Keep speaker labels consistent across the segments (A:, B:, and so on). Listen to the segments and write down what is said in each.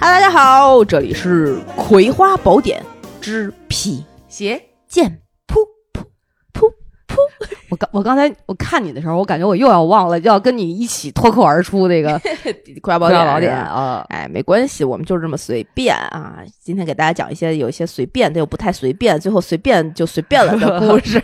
A: 啊，大家好，这里是《葵花宝典》之辟
B: 鞋
A: 剑扑扑扑扑。
C: 我刚我刚才我看你的时候，我感觉我又要忘了要跟你一起脱口而出那 个
A: 《葵花宝
C: 葵
A: 典》
C: 花宝典
A: 是吧
C: 啊，
A: 哎，没关系，我们就是这么随便啊！今天给大家讲一些有一些随便的又不太随便，最后随便就随便了的故 事。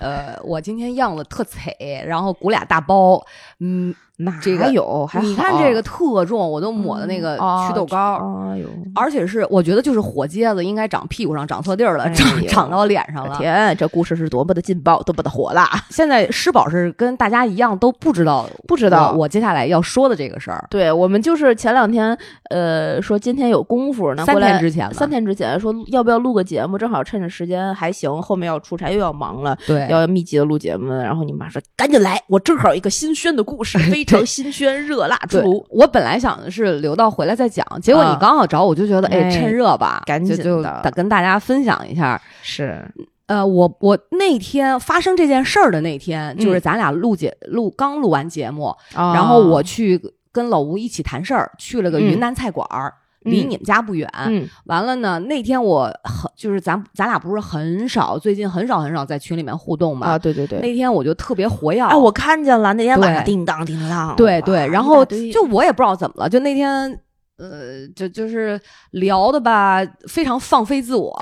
C: 呃，我今天样子特惨，然后鼓俩大包，嗯，
A: 哪
C: 这个
A: 有？还
C: 你看这个特重，我都抹的那个嗯祛痘膏，
A: 哎呦，
C: 而且是我觉得就是火疖子应该长屁股上，长错地儿了，
A: 哎呦
C: 长长到脸上
A: 我
C: 了。
A: 天，这故事是多么的劲爆，多么的火辣！
C: 现在施宝是跟大家一样都不知道
A: 不知道
C: 我我接下来要说的这个事儿，
A: 对我们就是前两天，呃，说今天有功夫呢，
C: 三
A: 过来
C: 天之前了，
A: 三天之前说要不要录个节目，正好趁着时间还行，后面要出差又要忙了，
C: 对，
A: 要密集的录节目。然后你妈说赶紧来，我正好一个新鲜的故事，非常新鲜热辣
C: 对
A: 出，，
C: 我本来想的是留到回来再讲，结果你
A: 嗯
C: 刚好找我，就觉得哎，
A: 哎
C: 趁热吧，
A: 赶紧
C: 就就
A: 的
C: 得跟大家分享一下。
A: 是
C: 呃，我我那天发生这件事儿的那天，
A: 嗯
C: 就是咱俩录节录刚录完节目，然
A: 然
C: 后我去跟老吴一起谈事儿，去了个云南菜馆儿。
A: 嗯
C: 离你们家不远，
A: 嗯
C: 完了呢。那天我很就是咱咱俩不是很少，最近很少很少在群里面互动嘛。
A: 啊，对对对，
C: 那天我就特别活跃，
A: 啊，我看见了，那天晚上
C: 对
A: 叮当叮当，
C: 对
A: 哇
C: 对，然
A: 一
C: 后
A: 大堆
C: 就我也不知道怎么了，就那天。呃，就就是聊的吧，非常放飞自 我，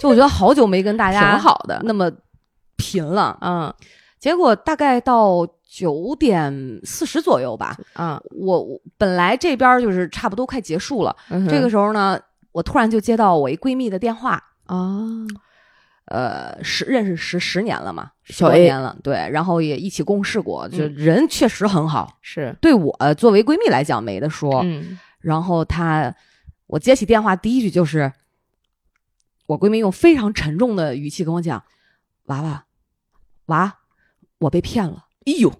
C: 就我觉得好久没跟大
A: 挺
C: 家
A: 好的，
C: 那么贫了。
A: 嗯
C: 结果大概到九点四十左右吧，
A: 嗯，
C: 我我本来这边儿就是差不多快结束了，
A: 嗯哼
C: 这个时候呢，我突然就接到我一闺蜜的电话，
A: 啊，
C: 呃，十认识十十年了嘛，十
A: 小
C: 多
A: A
C: 年了，对，然后也一起共事过，就
A: 嗯
C: 人确实很好，
A: 是，
C: 对我呃作为闺蜜来讲没得说，
A: 嗯
C: 然后她，我接起电话第一句就是，我闺蜜用非常沉重的语气跟我讲：“娃娃，娃，我被骗了。
A: 哎呦，”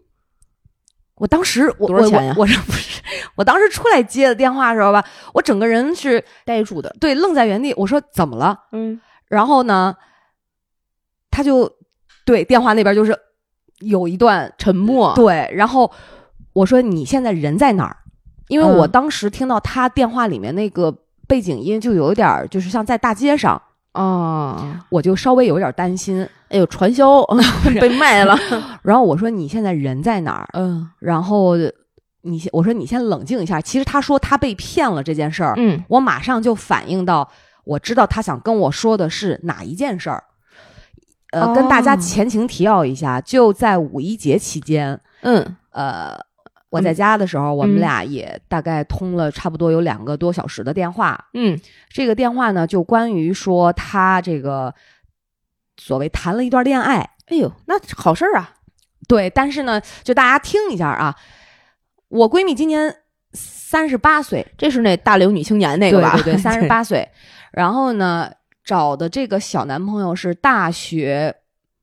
C: 我当时我
A: 多少
C: 我
A: 钱呀
C: 我我是不是？我当时出来接的电话的时候吧，我整个人是
A: 呆住的，
C: 对愣在原地。我说怎么了？
A: 嗯，
C: 然后呢，她就对电话那边就是有一段
A: 沉默，
C: 对，然后我说你现在人在哪儿？因为
A: 嗯
C: 我当时听到他电话里面那个背景音，就有点儿就是像在大街上，
A: 啊，
C: 我就稍微有一点儿担心。
A: 哎呦，传销被卖了，
C: 然后我说你现在人在哪儿？
A: 嗯
C: 然后你先我说你先冷静一下。其实他说他被骗了这件事儿，
A: 嗯，
C: 我马上就反应到，我知道他想跟我说的是哪一件事儿。呃，跟大家
A: 哦
C: 前情提要一下，就在五一节期间，
A: 嗯
C: 呃，我在家的时候，我们
A: 嗯
C: 俩也大概通了差不多有两个多小时的电话。
A: 嗯
C: 这个电话呢，就关于说他这个所谓谈了一段恋爱，
A: 哎呦，那好事儿啊，
C: 对，但是呢，就大家听一下啊，我闺蜜今年三十八岁，
A: 这是那大龄女青年那个吧？
C: 对对对，三十八岁，然后呢，找的这个小男朋友是大学。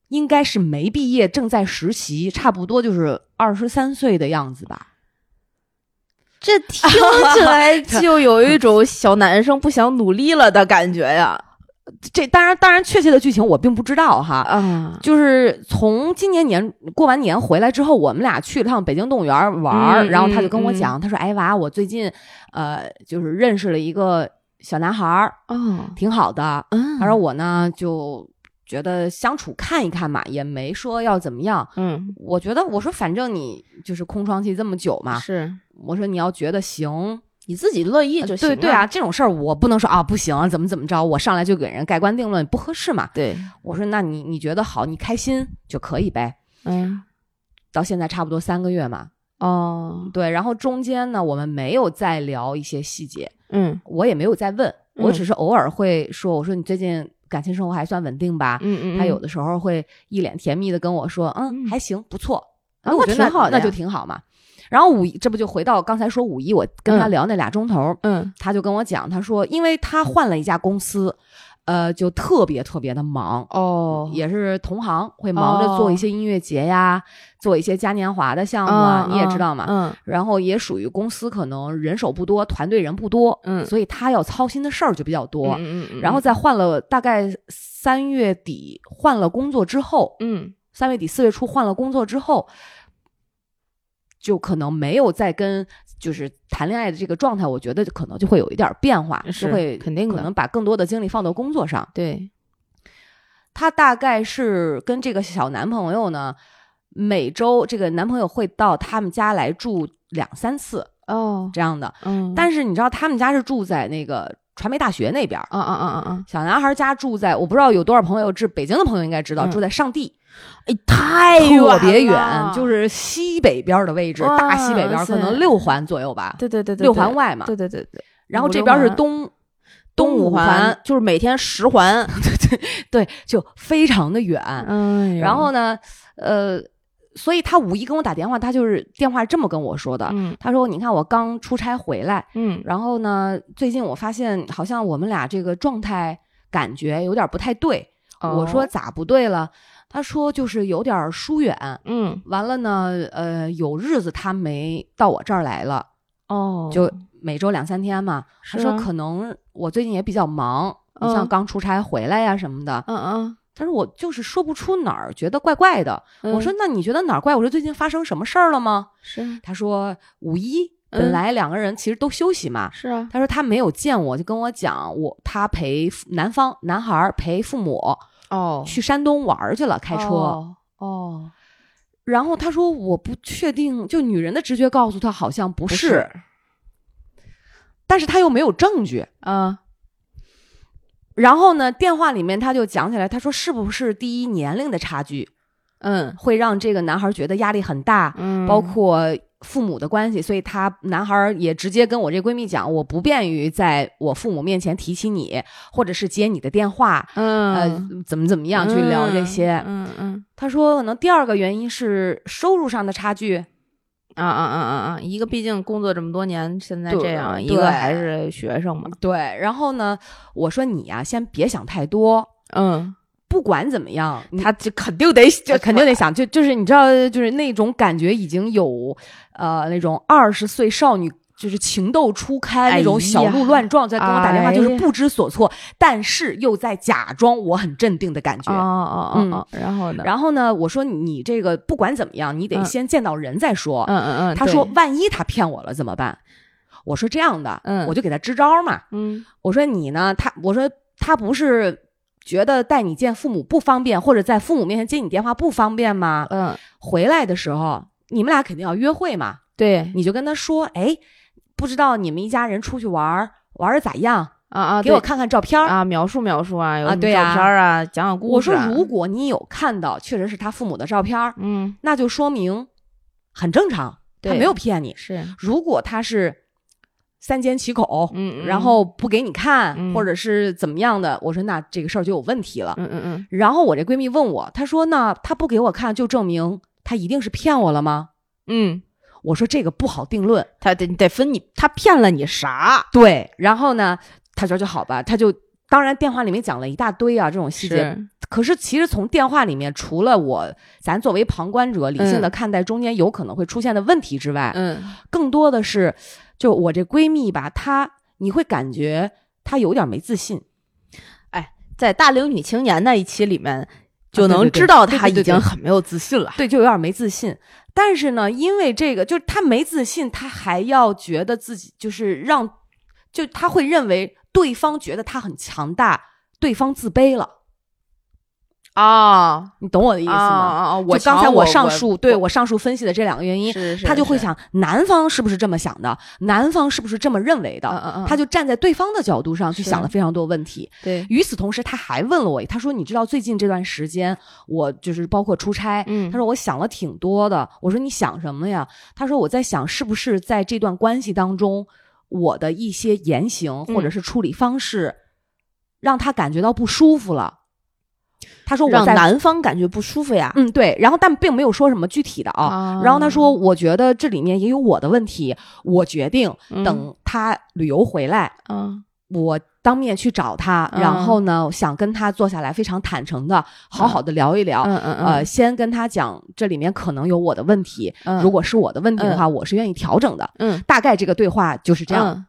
C: 应该是没毕业，正在实习，差不多就是二十三岁的样子吧。
A: 这听起来 就有一种小男生不想努力了的感觉呀！
C: 这当然，当然，确切的剧情我并不知道哈。
A: 啊，
C: 就是从今年年过完年回来之后，我们俩去了趟北京动物园玩儿，
A: 嗯
C: 然后他就跟我讲，他说：“哎娃，我最近呃，就是认识了一个小男孩儿，
A: 哦，
C: 挺好的。
A: 嗯
C: 他说我呢就觉得相处看一看嘛，也没说要怎么样。
A: 嗯，
C: 我觉得我说反正你就是空窗期这么久嘛，
A: 是呃
C: 我说你要觉得行，
A: 你自己乐意就行。
C: 对对啊，，这种事儿我不能说啊不行，怎么怎么着，我上来就给人盖棺定论，不合适嘛。
A: 对，
C: 我说那你你觉得好，你开心就可以呗。
A: 嗯，
C: 到现在差不多三个月嘛，
A: 哦，
C: 对。然后中间呢，我们没有再聊一些细节，
A: 嗯
C: 我也没有再问，我
A: 嗯
C: 只是偶尔会说，我说你最近感情生活还算稳定吧？
A: 嗯嗯，
C: 他有的时候会一脸甜蜜的跟我说，嗯，
A: 嗯
C: 还行，不错，
A: 啊
C: 那我觉得
A: 那挺好的
C: 那
A: 呀
C: 就挺好嘛。然后五一，这不就回到刚才说五一，我跟他
A: 嗯
C: 聊那俩钟头，
A: 嗯
C: 他就跟我讲，他说因为他换了一家公司，呃，就特别特别的忙，
A: 哦
C: 也是同行会忙着做一些音乐节呀，做一些嘉年华的项目啊，
A: 嗯
C: 你也知道嘛。
A: 嗯
C: 然后也属于公司可能人手不多，团队人不多，
A: 嗯
C: 所以他要操心的事儿就比较多。
A: 嗯嗯
C: 然后再换了大概三月底换了工作之后，
A: 嗯
C: 三月底四月初换了工作之后，就可能没有再跟就是谈恋爱的这个状态，我觉得可能就会有一点变化，
A: 是
C: 就会
A: 肯定的
C: 可能把更多的精力放到工作上。
A: 对，
C: 她大概是跟这个小男朋友呢，每周这个男朋友会到他们家来住两三次
A: 哦，
C: 这样的。
A: 嗯，
C: 但是你知道他们家是住在那个传媒大学那边儿，
A: 啊啊啊啊啊，
C: 小男孩家住在我不知道有多少朋友，这北京的朋友应该知道，
A: 嗯
C: 住在上地，
A: 哎，太
C: 特别远，
A: 了
C: 就是西北边的位置，
A: 哇
C: 大西北边可能
A: 塞
C: 六环左右吧，
A: 对对对对，
C: 六
A: 对
C: 环，外嘛。
A: 对对对对，
C: 然后
A: 五
C: 这
A: 六
C: 边是
A: 环
C: 东
A: 东
C: 五
A: 五环，就是每天十环，
C: 对，就非常的远。
A: 嗯
C: 然后呢，呃，所以他五一跟我打电话，他就是电话这么跟我说的。
A: 嗯
C: 他说：“你看，我刚出差回来，
A: 嗯
C: 然后呢，最近我发现好像我们俩这个状态感觉有点不太对。我说
A: 哦
C: 咋不对了？他说就是有点疏远，
A: 嗯
C: 完了呢，呃，有日子他没到我这儿来了，
A: 哦，
C: 就每周两三天嘛。他
A: 是
C: 说
A: 啊
C: 可能我最近也比较忙，你像
A: 嗯
C: 刚出差回来呀、什么的。
A: 嗯嗯，
C: 他说我就是说不出哪儿觉得怪怪的。
A: 嗯
C: 我说那你觉得哪儿怪？我说最近发生什么事儿了吗？
A: 是啊
C: 他说五一本
A: 嗯
C: 来两个人其实都休息嘛。
A: 是啊，
C: 他说他没有见我，就跟我讲我他陪父男方男孩儿陪父母
A: 哦，
C: 去山东玩儿去了，开车。
A: 哦哦，
C: 然后他说我不确定，就女人的直觉告诉他好像不
A: 不
C: 是，但是他又没有证据。
A: 啊，
C: 然后呢，电话里面他就讲起来，他说是不是第一年龄的差距
A: 嗯
C: 会让这个男孩觉得压力很大，
A: 嗯，
C: 包括父母的关系，所以他男孩也直接跟我这闺蜜讲，我不便于在我父母面前提起你，或者是接你的电话，
A: 嗯。
C: 呃，怎么怎么样去聊这些。
A: 嗯嗯
C: 他说可能第二个原因是收入上的差距，
A: 啊啊啊啊啊！一个毕竟工作这么多年，现在这
C: 对
A: 样，一
C: 对
A: 个还是学生嘛，
C: 对，然后呢，我说你呀、先别想太多，
A: 嗯，
C: 不管怎么样，
A: 他这肯定得
C: 就
A: 这
C: 肯定得想，就就是你知道，就是那种感觉已经有，呃，那种二十岁少女。就是情窦初开
A: 哎
C: 那种小鹿
A: 呀
C: 乱撞，在跟我打电话，
A: 哎
C: 就是不知所措，但是又在假装我很镇定的感
A: 哦
C: 觉。
A: 哦哦哦，然后呢？
C: 然后呢，我说你这个不管怎么样，你得
A: 嗯
C: 先见到人再说。
A: 嗯嗯嗯，
C: 他说
A: 对
C: 万一他骗我了怎么办？我说这样的，
A: 嗯
C: 我就给他支招嘛。
A: 嗯
C: 我说你呢？他我说他不是觉得带你见父母不方便，或者在父母面前接你电话不方便吗？
A: 嗯，
C: 回来的时候你们俩肯定要约会嘛，
A: 对
C: 你就跟他说，哎，不知道你们一家人出去玩儿玩的咋样？
A: 啊啊，
C: 给我
A: 对
C: 看看照片儿。
A: 啊，描述描述啊，有
C: 啊
A: 什么
C: 对
A: 照
C: 啊
A: 片啊，讲讲故
C: 我
A: 事
C: 说
A: 啊。
C: 如果你有看到确实是他父母的照片儿，
A: 嗯，
C: 那就说明很正常，他
A: 对
C: 没有骗你。
A: 是，
C: 如果他是三缄其口，
A: 嗯，嗯
C: 然后不给你看，
A: 嗯
C: 或者是怎么样的，我说那这个事儿就有问题了。
A: 嗯嗯嗯，
C: 然后我这闺蜜问我，她说：“那她不给我看，就证明她一定是骗我了吗
A: 嗯，？”
C: 我说：“这个不好定论。
A: 他得得分你，他骗了你啥”？
C: 对，然后呢，她说：“就好吧。”她就当然电话里面讲了一大堆啊这种细节，
A: 是，
C: 可是其实从电话里面，除了我咱作为旁观者理性
A: 嗯
C: 的看待中间有可能会出现的问题之外，
A: 嗯
C: 更多的是就我这闺蜜吧，她你会感觉她有点没自信。
A: 在大龄女青年那一期里面，
C: 对
A: 就
C: 对
A: 能
C: 对
A: 知道
C: 对
A: 他
C: 对对
A: 已经
C: 对
A: 很没有自信了。
C: 对，就有点没自信。但是呢，因为这个，就是他没自信，他还要觉得自己就是让，就他会认为对方觉得他很强大，对方自卑了。
A: 啊
C: 你懂我的意
A: 意
C: 思吗？
A: 啊！
C: 就刚才
A: 我
C: 上述对我上述分析的这两个原因，
A: 是是
C: 他就会
A: 是
C: 想男方是不是这么想的，男方是不是这么认为的，
A: 嗯嗯嗯
C: 他就站在对方的角度上去
A: 是
C: 想了非常多问题。
A: 对，
C: 与此同时，他还问了我，他说：“你知道最近这段时间，我就是包括出差，
A: 嗯
C: 他说我想了挺多的。我说你想什么呀？他说我在想，是不是在这段关系当中，我的一些言行
A: 嗯
C: 或者是处理方式，让他感觉到不舒服了。他说我
A: 让
C: 在，
A: 男方感觉不舒服呀。
C: 嗯，对，然后但并没有说什么具体的啊。
A: 啊
C: 然后他说，我觉得这里面也有我的问题，我决定等他旅游回来，
A: 嗯
C: 我当面去找他，
A: 嗯
C: 然后呢，想跟他坐下来，非常坦诚的，好好的聊一聊。
A: 嗯嗯
C: 呃，先跟他讲这里面可能有我的问题，
A: 嗯
C: 如果是我的问题的话，我是愿意调整的。
A: 嗯
C: 大概这个对话就是这样，
A: 嗯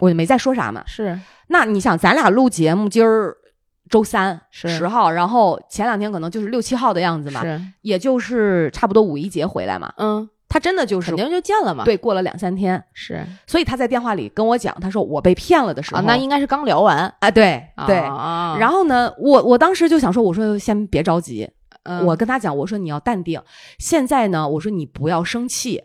C: 我就没再说啥嘛。
A: 是
C: 那你想，咱俩录节目今儿周三
A: 是
C: 十号，然后前两天可能就是六七号的样子嘛，
A: 是
C: 也就是差不多五一节回来嘛。
A: 嗯
C: 他真的就是
A: 肯定就见了嘛。，
C: 对过了两三天，
A: 是
C: 所以他在电话里跟我讲，他说我被骗了的时候，
A: 啊，那应该是刚聊完。
C: 啊对对。
A: 啊、
C: 然后呢，我我当时就想说，我说先别着急，
A: 嗯
C: 我跟他讲，我说你要淡定。现在呢，我说你不要生气，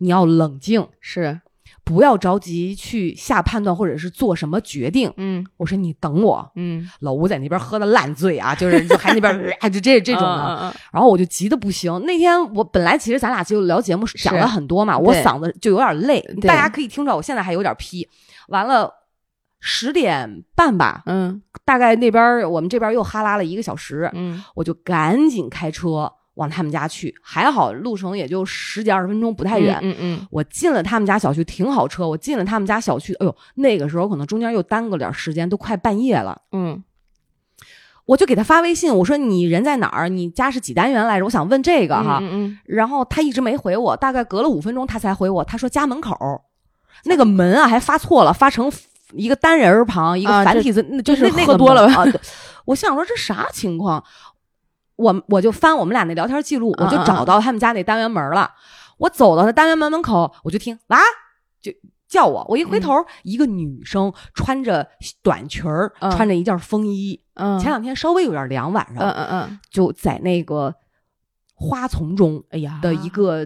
C: 你要冷静，
A: 是
C: 不要着急去下判断或者是做什么决定。
A: 嗯
C: 我说你等我，
A: 嗯
C: 老吴在那边喝的烂醉啊，就是就还 那边啊，就这这种的。
A: 嗯嗯嗯
C: 然后我就急得不行。那天我本来其实咱俩就聊节目讲了很多嘛，我
A: 对
C: 嗓子就有点累，
A: 对
C: 大家可以听着，我现在还有点劈。完了，十点半吧，
A: 嗯
C: 大概那边我们这边又哈拉了一个小时，
A: 嗯
C: 我就赶紧开车往他们家去。还好路程也就十几二十分钟，不太远。
A: 嗯嗯
C: 我进了他们家小区，停好车。我进了他们家小区，哎呦，那个时候可能中间又耽搁点时间，都快半夜了。
A: 嗯
C: 我就给他发微信，我说你人在哪儿？你家是几单元来着？我想问这个
A: 嗯
C: 哈。
A: 嗯
C: 然后他一直没回我，大概隔了五分钟他才回我，他说家门口，那个门啊还发错了，发成一个单人儿旁一个
A: 啊
C: 繁
A: 这
C: 体字，那就
A: 这
C: 是
A: 是
C: 那
A: 喝
C: 个
A: 多了
C: 门啊。对我想说这啥情况？我我就翻我们俩那聊天记录，我就
A: 嗯嗯嗯
C: 找到他们家那单元门了。我走到他单元门门口，我就听哇，就叫我。我一
A: 嗯
C: 回头，一个女生穿着短裙儿，
A: 嗯
C: 穿着一件风衣，
A: 嗯，
C: 前两天稍微有点凉，晚上、
A: 嗯嗯嗯，
C: 就在那个花丛中
A: 哎呀
C: 的一个、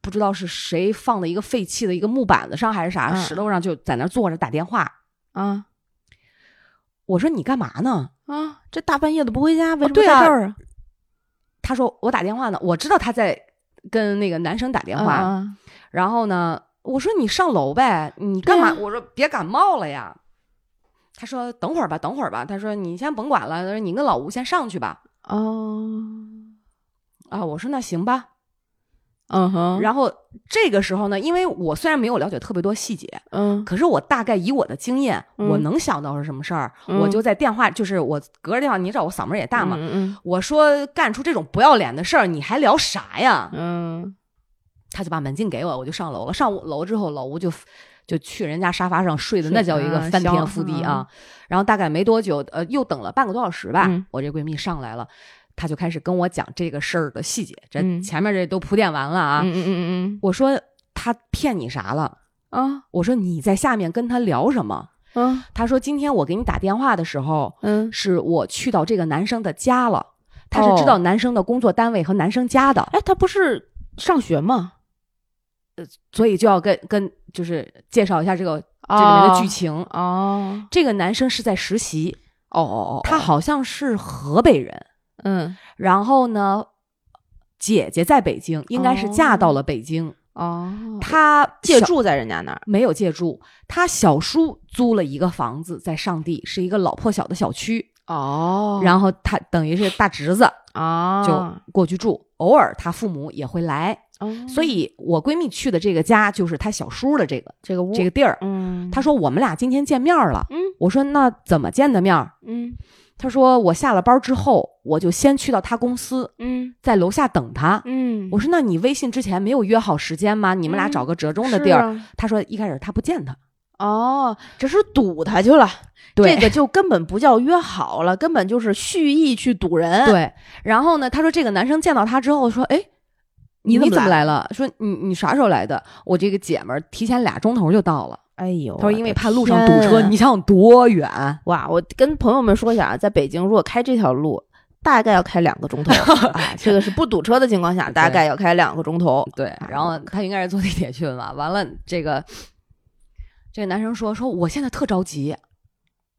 C: 不知道是谁放的一个废弃的一个木板子上还是啥、
A: 嗯
C: 石头上，就在那儿坐着打电话。
A: 啊
C: 我说你干嘛呢？
A: 啊，这大半夜的不回家，为什么
C: 对
A: 在
C: 啊
A: 这儿啊？
C: 他说我打电话呢，我知道他在跟那个男生打电话。
A: 啊
C: 然后呢，我说你上楼呗，你干嘛？
A: 对啊
C: 我说别感冒了呀。他说等会儿吧，等会儿吧。他说你先甭管了，他说你跟老吴先上去吧。
A: 啊
C: 啊，我说那行吧。
A: 嗯哼，
C: 然后这个时候呢，因为我虽然没有了解特别多细节，
A: 嗯
C: 可是我大概以我的经验，
A: 嗯
C: 我能想到是什么事儿，
A: 嗯
C: 我就在电话，就是我隔着电话，你知道我嗓门也大嘛，
A: 嗯
C: 我说干出这种不要脸的事儿，你还聊啥呀？
A: 嗯
C: 他就把门禁给我，我就上楼了。上楼之后，老吴就就去人家沙发上睡的那叫一个
A: 是啊
C: 翻天
A: 香
C: 覆地
A: 啊
C: 啊。然后大概没多久，呃，又等了半个多小时吧，
A: 嗯
C: 我这闺蜜上来了，她就开始跟我讲这个事儿的细节。这
A: 嗯
C: 前面这都铺垫完了啊。
A: 嗯嗯嗯
C: 我说他骗你啥了？
A: 嗯
C: 我说你在下面跟他聊什么？
A: 啊
C: 他说今天我给你打电话的时候，
A: 嗯
C: 是我去到这个男生的家了，他是
A: 哦
C: 知道男生的工作单位和男生家的，
A: 哎，他不是上学吗？
C: 所以就要跟跟就是介绍一下这个
A: 这
C: 这里面的剧情。
A: 哦
C: 这个男生是在实习，
A: 哦哦哦，
C: 他好像是河北人，
A: 嗯
C: 然后呢，姐姐在北京，应该是嫁到了北京，
A: 哦，
C: 他
A: 借
C: 小。
A: 住在人家那儿
C: 没有借住，他小叔租了一个房子在上地，是一个老破小的小区。
A: 哦然
C: 然后他等于是大侄子
A: 后啊
C: 就过去住，偶尔他父母也会来。
A: 就
C: 所以我闺蜜去的这个家就是她小叔的这个
A: 这个屋
C: 这个地儿。
A: 嗯，
C: 她说我们俩今天见面了，
A: 嗯
C: 我说那怎么见的面儿？
A: 嗯
C: 她说我下了班之后，我就先去到她公司，
A: 嗯
C: 在楼下等她。
A: 嗯
C: 我说那你微信之前没有约好时间吗？你们俩
A: 嗯
C: 找个折中的地儿。
A: 是啊
C: 她说一开始她不见她，
A: 哦，这是堵他去了，
C: 对
A: 这个就根本不叫约好了，根本就是蓄意去堵人。，
C: 对。然后呢，她说这个男生见到她之后说，哎。
A: 你
C: 怎
A: 怎么来
C: 来了？说你你啥时候来的？我这个姐们儿提前俩钟头就到了。
A: 哎呦，
C: 他说因为
A: 我的
C: 怕路上堵车，
A: 天啊
C: 你想想多远？
A: 哇，我跟朋友们说一下啊，在北京如果开这条路，大概要开两个 钟头啊，这个是不堵车的情况下，大概要开两个钟头。
C: 对，然后他应该是坐地铁去的嘛。完了，这个这个男生说说我现在特着急，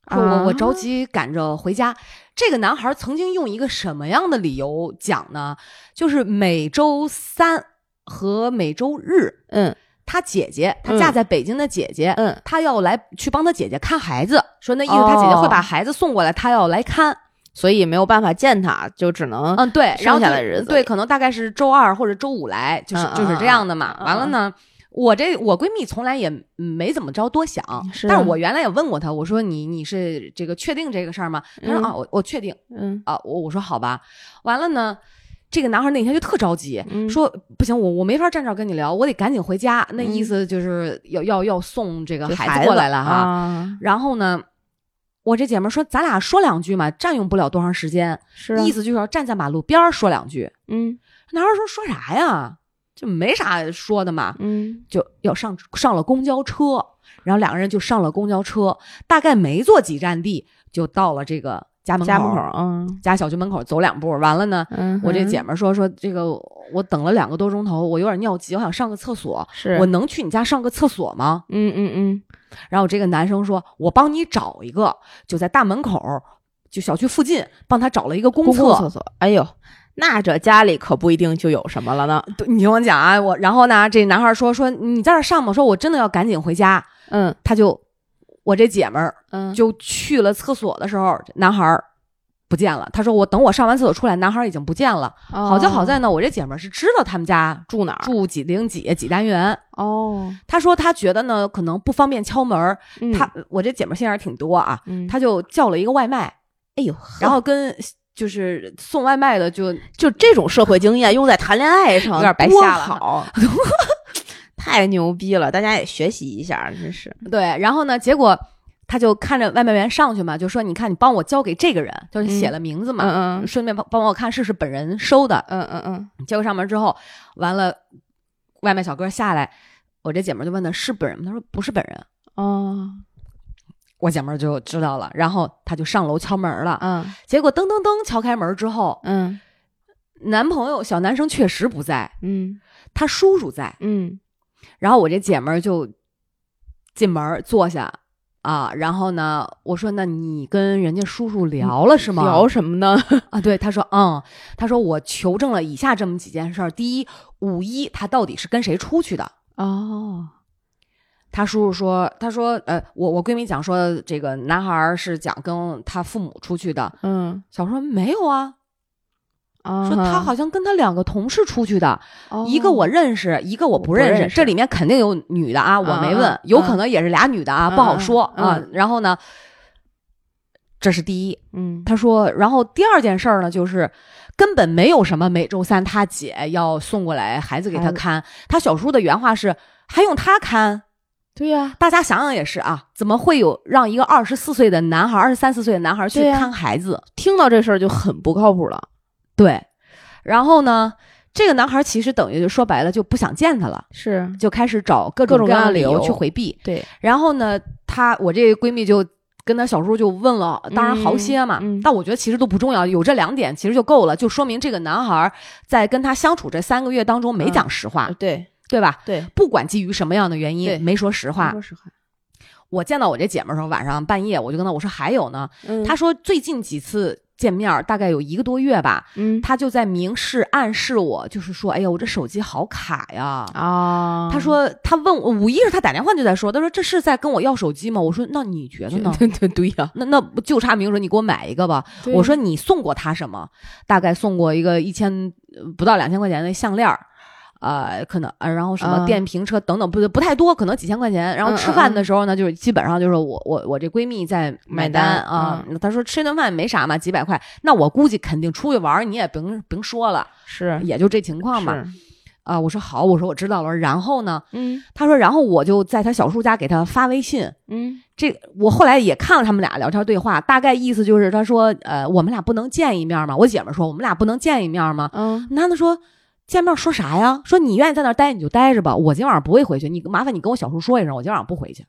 C: 说我、
A: 啊
C: 我着急赶着回家。这个男孩曾经用一个什么样的理由讲呢？就是每周三和每周日，
A: 嗯
C: 他姐姐，他嫁
A: 嗯
C: 在北京的姐姐，
A: 嗯
C: 他要来去帮他姐姐看孩子，说那意思他姐姐会把
A: 哦
C: 孩子送过来，他要来看。
A: 所以没有办法见他，就只能
C: 嗯，对，然后
A: 剩下
C: 就
A: 的日子
C: 对，
A: 里
C: 可能大概是周二或者周五来，就是、
A: 嗯
C: 就是这样的嘛。
A: 嗯嗯嗯
C: 完了呢，我这我闺蜜从来也没怎么着多想，
A: 是
C: 但
A: 啊
C: 是我原来也问过她，我说你你是这个确定这个事儿吗？她说、
A: 嗯
C: 啊，我我确定
A: 嗯
C: 啊，我我说好吧。完了呢。这个男孩那天就特着急，
A: 嗯
C: 说不行，我我没法站这儿跟你聊，我得赶紧回家。那意
A: 嗯
C: 思就是要、要要送这个
A: 就
C: 孩子过来了哈。
A: 啊，
C: 然后呢，我这姐们儿说，咱俩说两句嘛，占用不了多长时间。
A: 是啊
C: 意思就是要站在马路边儿说两句。
A: 嗯
C: 男孩说说啥呀？就没啥说的嘛，
A: 嗯
C: 就要上上了公交车，然后两个人就上了公交车，大概没坐几站地就到了这个家门口，
A: 家门口啊，
C: 家小区门口走两步，完了呢，
A: 嗯
C: 我这
A: 哼
C: 姐们儿说说这个我等了两个多钟头，我有点尿急，我想上个厕所，
A: 是
C: 我能去你家上个厕所吗？
A: 嗯嗯嗯，
C: 然后这个男生说：“我帮你找一个，就在大门口，就小区附近，帮他找了一个公
A: 公
C: 厕。
A: 共厕所，哎呦，那这家里可不一定就有什么了呢。
C: 对你听我讲啊，我然后呢，这男孩说说你在这儿上吧，说我真的要赶紧回家。
A: 嗯
C: 他就我这姐们儿
A: 嗯，
C: 就去了厕所的时候，男孩儿不见了。他说我等我上完厕所出来，男孩儿已经不见了。好
A: 好
C: 就好在呢，我这姐们儿是知道他们家
A: 哦住哪儿
C: 住几零几几单元。
A: 哦，
C: 他说他觉得呢，可能不方便敲门儿。
A: 他
C: 他我这姐们儿心眼儿挺多啊，
A: 嗯
C: 他就叫了一个外卖。”
A: 哎呦，
C: 然后跟就是送外卖的就
A: 就这种社会经验用在谈恋爱上，
C: 有点白
A: 多
C: 瞎了
A: 好， 太牛逼了！大家也学习一下，真是。
C: 对，然后呢，结果他就看着外卖员上去嘛，就说：“你看，你帮我交给这个人，就是写了名字嘛，
A: 嗯
C: 顺便帮帮我看是不是本人收的。
A: 嗯嗯嗯”
C: 结果上门之后，完了，外卖小哥下来，我这姐们儿就问他是本人吗？他说不是本人。
A: 嗯，哦，
C: 我姐们儿就知道了，然后他就上楼敲门了。
A: 嗯
C: 结果噔噔噔敲开门之后，
A: 嗯
C: 男朋友小男生确实不在，
A: 嗯
C: 他叔叔在。
A: 嗯
C: 然后我这姐们儿就进门儿坐下啊，然后呢，我说那你跟人家叔叔聊了是吗？
A: 嗯聊什么呢？
C: 啊，对，他说嗯，他说我求证了以下这么几件事儿：第一，五一他到底是跟谁出去的？
A: 哦，
C: 他叔叔说，他说呃，我我闺蜜讲说这个男孩儿是讲跟他父母出去的，
A: 嗯
C: 小说没有啊，
A: 啊，
C: 说他好像跟他两个同事出去的，
A: 哦
C: 一个我认识，一个我不认识。
A: 我不认识
C: 这里面肯定有女的啊，我没问，
A: 嗯嗯
C: 有可能也是俩女的啊，
A: 嗯
C: 不好说
A: 嗯
C: 啊
A: 嗯。
C: 然后呢，这是第一，
A: 嗯
C: 他说，然后第二件事儿呢，就是根本没有什么每周三他姐要送过来孩子给他
A: 孩子
C: 看，他小叔的原话是还用他看。
A: 对呀，
C: 大家想想也是啊，怎么会有让一个二十四岁的男孩、二十三四岁的男孩去
A: 对呀
C: 看孩子？
A: 听到这事儿就很不靠谱了。
C: 对，然后呢，这个男孩其实等于就说白了就不想见他了。
A: 是，
C: 就开始找各
A: 各种
C: 种各样
A: 各
C: 的
A: 样
C: 理
A: 的
C: 由
A: 理由
C: 去回避。
A: 对，
C: 然后呢，她我这闺蜜就跟她小叔就问了，当然好些嘛，
A: 嗯嗯
C: 但我觉得其实都不重要，有这两点其实就够了，就说明这个男孩在跟她相处这三个月当中没讲实话，
A: 嗯对
C: 对吧？
A: 对，
C: 不管基于什么样的原
A: 对嗯
C: 因，没说实话
A: 说。实话，
C: 我见到我这姐们儿的时候，晚上半夜我就跟她我说还有呢，
A: 嗯
C: 她说最近几次见面儿大概有一个多月吧，
A: 嗯
C: 她就在明示暗示我，就是说，哎呀，我这手机好卡呀，
A: 啊，
C: 他说他问我，五一是他打电话就在说，他说这是在跟我要手机吗？我说那你觉得呢？
A: 对 对对呀，
C: 那那不就差明说你给我买一个吧。
A: 对
C: 我说你送过他什么？大概送过一个一千呃不到两千块钱的项链儿。呃，可能呃，然后什么
A: 啊
C: 电瓶车等等，不不太多，可能几千块钱。然后
A: 嗯
C: 吃
A: 嗯
C: 饭
A: 嗯
C: 的时候呢，就是基本上就是我我我这闺蜜在
A: 买
C: 单
A: 单嗯
C: 啊。她说吃顿饭没啥嘛，几百块。那我估计肯定出去玩儿你也甭甭说了，
A: 是
C: 也就这情况嘛。
A: 是，
C: 啊、我说好，我说我知道了。然后呢，
A: 嗯
C: 他说，然后我就在他小叔家给他发微信。
A: 嗯
C: 这个我后来也看了他们俩聊天对话，大概意思就是他说，呃，我们俩不能见一面吗？我姐们儿说，我们俩不能见一面吗？
A: 嗯
C: 男的说，见面说啥呀？说你愿意在那儿待你就待着吧，我今天晚上不会回去，你麻烦你跟我小叔说一声，我今天晚上不回去。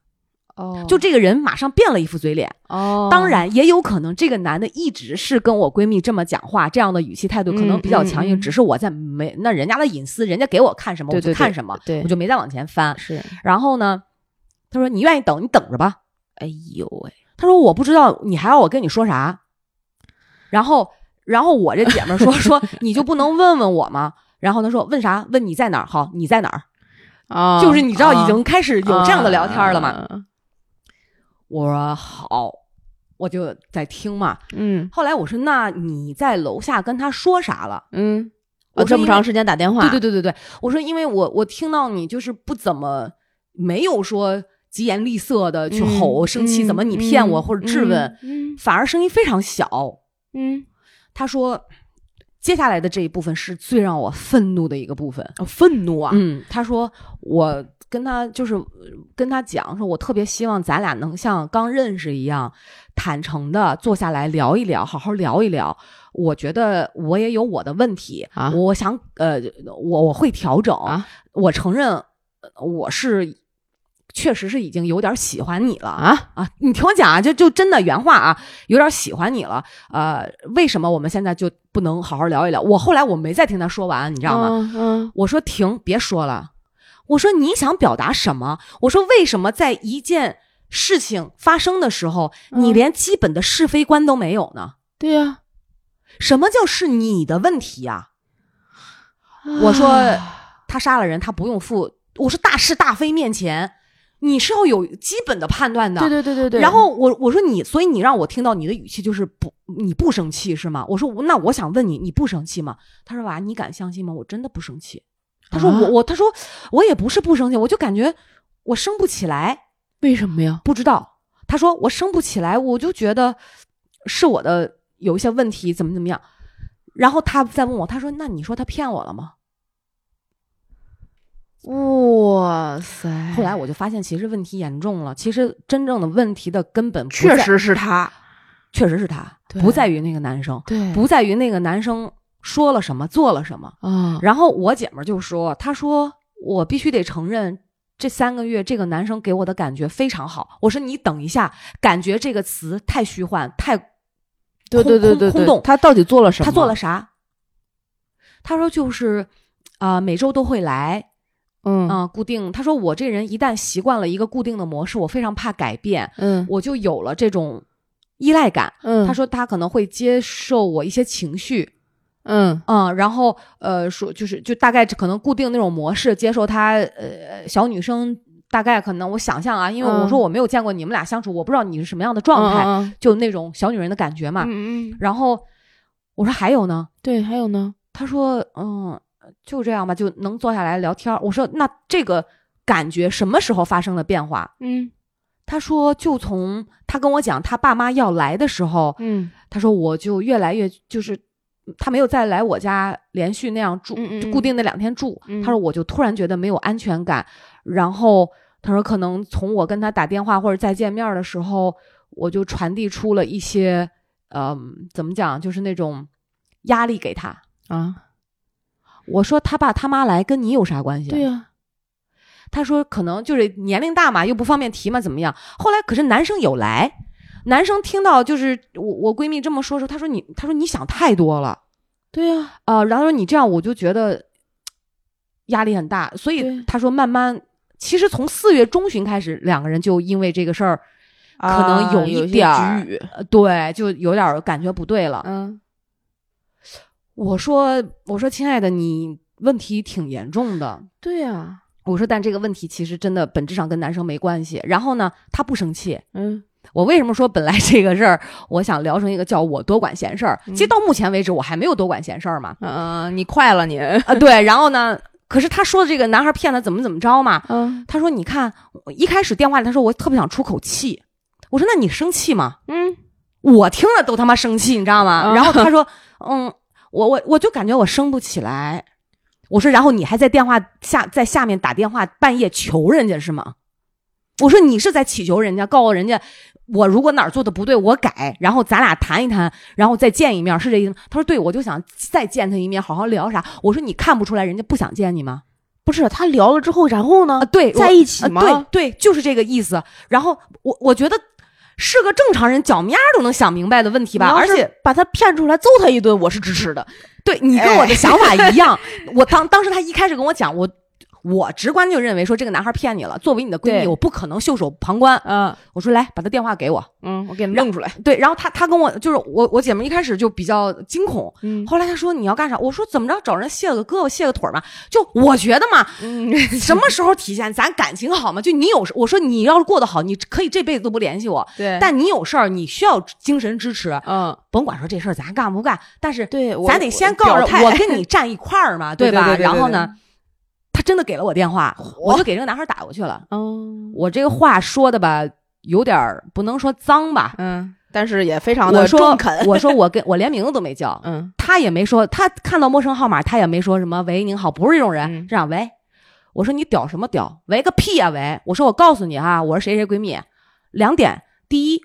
A: 哦，
C: 就这个人马上变了一副嘴脸。
A: 哦，
C: 当然，也有可能这个男的一直是跟我闺蜜这么讲话，这样的语气态度可能比较强硬，
A: 嗯嗯嗯
C: 只是我在没那人家的隐私，人家给我看什么
A: 对
C: 我
A: 对
C: 就看什么，
A: 对
C: 我就没再往前翻。
A: 是，
C: 然后呢，他说你愿意等，你等着吧。
A: 哎呦喂，
C: 他说我不知道，你还要我跟你说啥？然后，然后我这姐们儿说 说你就不能问问我吗？然后他说问啥？问你在哪儿？好，你在哪儿？
A: 啊，
C: 就是你知道已
A: 啊
C: 经开始有这样的聊天了嘛？？
A: 啊
C: 我说好，我就在听嘛。
A: 嗯
C: 后来我说那你在楼下跟他说啥了？
A: 嗯，
C: 我
A: 我这
C: 说
A: 么
C: 因为
A: 长时间打电话，
C: 对对对对对，我说因为我我听到你就是不怎么没有说疾言厉色的去
A: 嗯
C: 吼、生气，
A: 嗯
C: 怎么你骗我、
A: 嗯
C: 或者质问，
A: 嗯
C: 反而声音非常小。
A: 嗯，
C: 他说，接下来的这一部分是最让我愤怒的一个部分。
A: 哦愤怒啊，
C: 嗯，他说我跟他就是呃跟他讲说，我特别希望咱俩能像刚认识一样，坦诚的坐下来聊一聊，好好聊一聊。我觉得我也有我的问题，
A: 啊
C: 我想呃，我我会调整，
A: 啊
C: 我承认呃我是。确实是已经有点喜欢你了
A: 啊
C: 啊！你听我讲啊，就就真的原话啊，有点喜欢你了。呃，为什么我们现在就不能好好聊一聊？我后来我没再听他说完，你知道吗？
A: 嗯嗯
C: 我说停，别说了。我说你想表达什么？我说为什么在一件事情发生的时候，
A: 嗯
C: 你连基本的是非观都没有呢？
A: 对呀、
C: 什么叫是你的问题啊？我说
A: 啊
C: 他杀了人，他不用负。我说大是大非面前，你是要有基本的判断的。
A: 对对对对对，
C: 然后我我说你，所以你让我听到你的语气就是不，你不生气是吗？我说那我想问你，你不生气吗？他说娃，你敢相信吗？我真的不生气。他说
A: 啊
C: 我我他说我也不是不生气，我就感觉我生不起来，
A: 为什么呀？
C: 不知道。他说我生不起来，我就觉得是我的有一些问题，怎么怎么样。然后他再问我，他说那你说他骗我了吗？
A: 哇塞！
C: 后来我就发现，其实问题严重了。其实真正的问题的根本不
A: 确
C: 在，
A: 实是他，
C: 确实是他，
A: 对
C: 不在于那个男生。
A: 对
C: 不在于那个男生说了什么，做了什么。
A: 啊
C: 然后我姐们儿就说：“她说我必须得承认，这三个月这个男生给我的感觉非常好。”我说：“你等一下，感觉这个词太虚幻，太
A: 对对对
C: 空
A: 对
C: 空
A: 对
C: 洞
A: 他到底做了什么？
C: 他做了啥？”他说：“就是，啊、每周都会来，
A: 嗯
C: 啊、固定。”他说：“我这人一旦习惯了一个固定的模式，我非常怕改变，
A: 嗯
C: 我就有了这种依赖感。”
A: 嗯，
C: 他说：“他可能会接受我一些情绪，
A: 嗯
C: 嗯，然后呃，说就是就大概可能固定那种模式，接受她呃小女生大概可能我想象啊，因为我
A: 嗯
C: 说我没有见过你们俩相处，我不知道你是什么样的状态，
A: 嗯嗯
C: 就那种小女人的感觉嘛。
A: 嗯嗯，
C: 然后我说还有呢，
A: 对，还有呢，
C: 她说嗯就这样吧，就能坐下来聊天儿。我说那这个感觉什么时候发生了变化？
A: 嗯
C: 她说就从她跟我讲她爸妈要来的时候，
A: 嗯
C: 她说我就越来越就是。她没有再来我家连续那样住，
A: 嗯嗯
C: 就
A: 嗯
C: 固定那两天住。
A: 嗯
C: 她说我就突然觉得没有安全感，然后她说可能从我跟她打电话或者再见面的时候，我就传递出了一些，嗯、怎么讲，就是那种压力给她。
A: 啊，
C: 我说他爸他妈来跟你有啥关系？
A: 对呀、
C: 他说可能就是年龄大嘛，又不方便提嘛，怎么样？后来可是男生有来，男生听到就是我我闺蜜这么说的时候，他说你他说你想太多了
A: 对呀、
C: 啊、然后说你这样我就觉得嘖压力很大，所以
A: 对
C: 他说慢慢，其实从四月中旬开始，两个人就因为这个事儿，可能有
A: 啊
C: 一
A: 有些
C: 点儿
A: 局语，
C: 呃对，就有点儿感觉不对了。
A: 嗯
C: 我说我说亲爱的，你问题挺严重的，
A: 对呀、
C: 我说但这个问题其实真的本质上跟男生没关系。然后呢，他不生气。
A: 嗯
C: 我为什么说本来这个事儿，我想聊成一个叫我多管闲事儿？
A: 嗯。
C: 其实到目前为止，我还没有多管闲事儿嘛
A: 啊，你快了你，
C: 啊，对，然后呢，可是他说的这个男孩骗他怎么怎么着嘛？
A: 嗯
C: 他说你看，我一开始电话里他说我特别想出口气，我说那你生气吗？
A: 嗯
C: 我听了都他妈生气，你知道吗？
A: 啊
C: 然后他说，嗯，我我我就感觉我生不起来。我说，然后你还在电话下在下面打电话半夜求人家是吗？我说你是在祈求人家，告诉人家我如果哪儿做的不对，我改，然后咱俩谈一谈，然后再见一面，是这意思吗？他说对，我就想再见他一面，好好聊啥。我说你看不出来人家不想见你吗？
A: 不是他聊了之后，然后呢
C: 啊，对，我
A: 在一起
C: 啊，
A: 吗？
C: 对对，就是这个意思。然后我我觉得是个正常人脚面儿都能想明白的问题
A: 你
C: 吧，
A: 要
C: 而
A: 是
C: 且
A: 把他骗出来揍他一顿，我是支持的。
C: 对你跟
A: 哎
C: 我的想 法一样。我当当时他一开始跟我讲，我我直观就认为说这个男孩骗你了。作为你的闺蜜，
A: 对
C: 我不可能袖手旁观。
A: 嗯
C: 我说来把他电话给我。
A: 嗯，我给你弄出来。
C: 对，然后他他跟我就是我我姐们一开始就比较惊恐，
A: 嗯
C: 后来他说你要干啥？我说怎么着找人卸个胳膊卸个腿儿嘛？就我觉得嘛，
A: 嗯，
C: 什么时候体现咱感情好嘛？就你有事，我说你要是过得好，你可以这辈子都不联系我。
A: 对但
C: 但你有事儿，你需要精神支持，
A: 嗯，
C: 甭管说这事儿咱干不干，但是
A: 对，我
C: 咱得先告
A: 表
C: 诉
A: 态
C: 我跟你站一块儿嘛，
A: 对
C: 吧？
A: 对对对对
C: 然后呢，他真的给了我电话，我就给这个男孩打过去了。
A: 嗯
C: 我这个话说的吧，有点儿不能说脏吧，
A: 嗯，但是也非常
C: 我
A: 的
C: 说
A: 中肯。
C: 我说我跟我连名字都没叫，
A: 嗯
C: 他也没说，他看到陌生号码他也没说什么喂您好，不是这种人，
A: 嗯
C: 这样喂。我说你屌什么屌？喂个屁啊喂！我说我告诉你哈、我是谁谁闺蜜，两点，第一。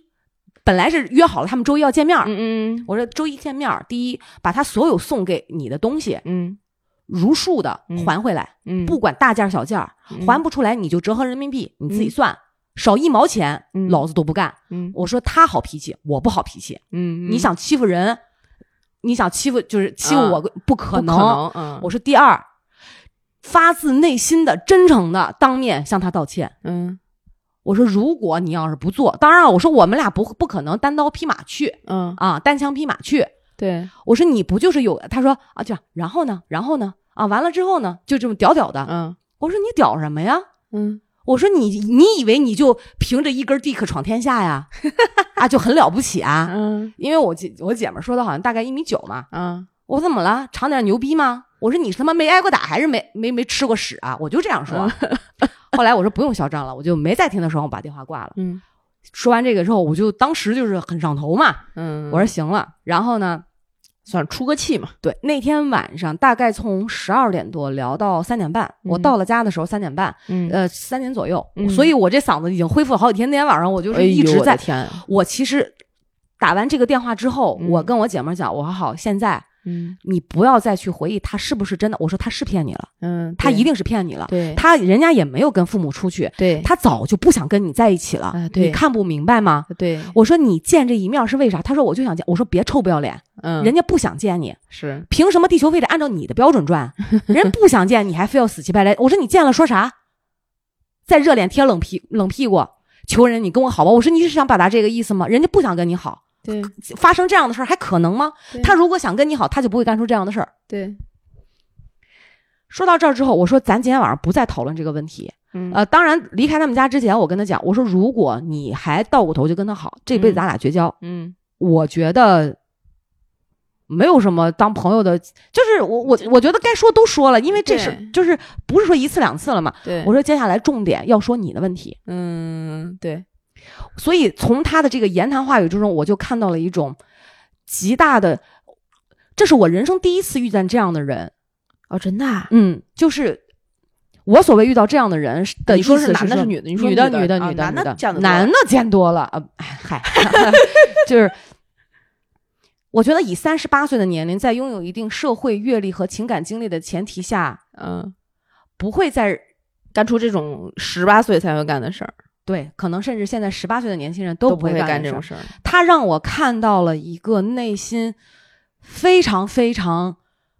C: 本来是约好了他们周一要见面儿，
A: 嗯嗯
C: 我说周一见面儿，第一把他所有送给你的东西
A: 嗯
C: 如数的
A: 嗯
C: 还回来，
A: 嗯，
C: 不管大件儿小件儿，
A: 嗯
C: 还不出来你就折合人民币，你自己算，少一毛钱、
A: 嗯
C: 老子都不干。
A: 嗯
C: 我说他好脾气，我不好脾气，
A: 嗯，
C: 你想欺负人，你想欺负就是欺负
A: 啊
C: 我、不可
A: 可
C: 能。
A: 能，嗯，
C: 我说第二，发自内心的、真诚的当面向他道歉。
A: 嗯
C: 我说，如果你要是不做，当然啊了，我说我们俩不不可能单刀匹马去
A: 嗯，
C: 啊，单枪匹马去。
A: 对，
C: 我说你不就是有？他说啊，这样，然后呢，然后呢，啊，完了之后呢，就这么屌屌的。
A: 嗯
C: 我说你屌什么呀？
A: 嗯
C: 我说你你以为你就凭着一根 dick 闯天下呀？ 啊，就很了不起啊？
A: 嗯
C: 因为我姐我姐们儿说的好像大概一米九嘛，
A: 啊
C: 我说怎么了？长点牛逼吗？我说你他妈没挨过打，还是没没没吃过屎啊？我就这样说。 后来我说不用嚣张了，我就没再听的时候，我把电话挂了。
A: 嗯
C: 说完这个之后，我就当时就是很上头嘛，
A: 嗯，
C: 我说行了。然后呢，
A: 算出个气嘛，
C: 对，那天晚上大概从十二点多聊到三点半，我
A: 嗯
C: 到了家的时候三点半，
A: 嗯，
C: 呃，三点左右，
A: 嗯
C: 所以我这嗓子已经恢复了好几天。那天晚上我就
A: 哎
C: 是一
A: 呦
C: 直
A: 我的
C: 在，
A: 天，
C: 我其实打完这个电话之后，
A: 嗯
C: 我跟我姐们儿讲，我说好，现在
A: 嗯
C: 你不要再去回忆他是不是真的，我说他是骗你了，
A: 嗯，
C: 他
A: 对
C: 一定是骗你了，
A: 对
C: 他人家也没有跟父母出去，
A: 对
C: 他早就不想跟你在一起了，
A: 啊对
C: 你看不明白吗？
A: 对，
C: 我说你见这一面是为啥？他说我就想见，我说别臭不要脸，
A: 嗯，
C: 人家不想见你，
A: 是
C: 凭什么地球非得按照你的标 准转？人家不想见你还非要死乞白赖。我说你见了说啥？再热脸贴冷屁冷屁股，求人你跟我好吧？我说你是想表达这个意思吗？人家不想跟你好，
A: 对
C: 发生这样的事儿还可能吗
A: 对？
C: 他如果想跟你好，他就不会干出这样的事儿。
A: 对，
C: 说到这儿之后，我说咱今天晚上不再讨论这个问题。
A: 嗯
C: 呃，当然离开他们家之前，我跟他讲，我说如果你还倒过头就跟他好，这辈子咱俩绝交。
A: 嗯
C: 我觉得没有什么当朋友的，就是我我我觉得该说都说了，因为这是
A: 对
C: 就是不是说一次两次了嘛。
A: 对，
C: 我说接下来重点要说你的问题，
A: 嗯对，
C: 所以从他的这个言谈话语之中，我就看到了一种极大的，这是我人生第一次遇见这样的人。
A: 哦真的啊，
C: 嗯，就是我所谓遇到这样的人是的
A: 你说
C: 意思
A: 是男的
C: 说
A: 是女的你说
C: 女的
A: 女的
C: 的
A: 啊
C: 女的
A: 男的
C: 女
A: 见得多
C: 男的见多了啊，哎嗨， 就是。我觉得以三十八岁的年龄，在拥有一定社会阅历和情感经历的前提下，
A: 嗯，
C: 不会再
A: 干出这种十八岁才会干的事儿，
C: 对，可能甚至现在十八岁的年轻人都
A: 都
C: 不
A: 会
C: 干
A: 干这
C: 这事
A: 种
C: 儿。
A: 事儿，
C: 他让我看到了一个内心非常非常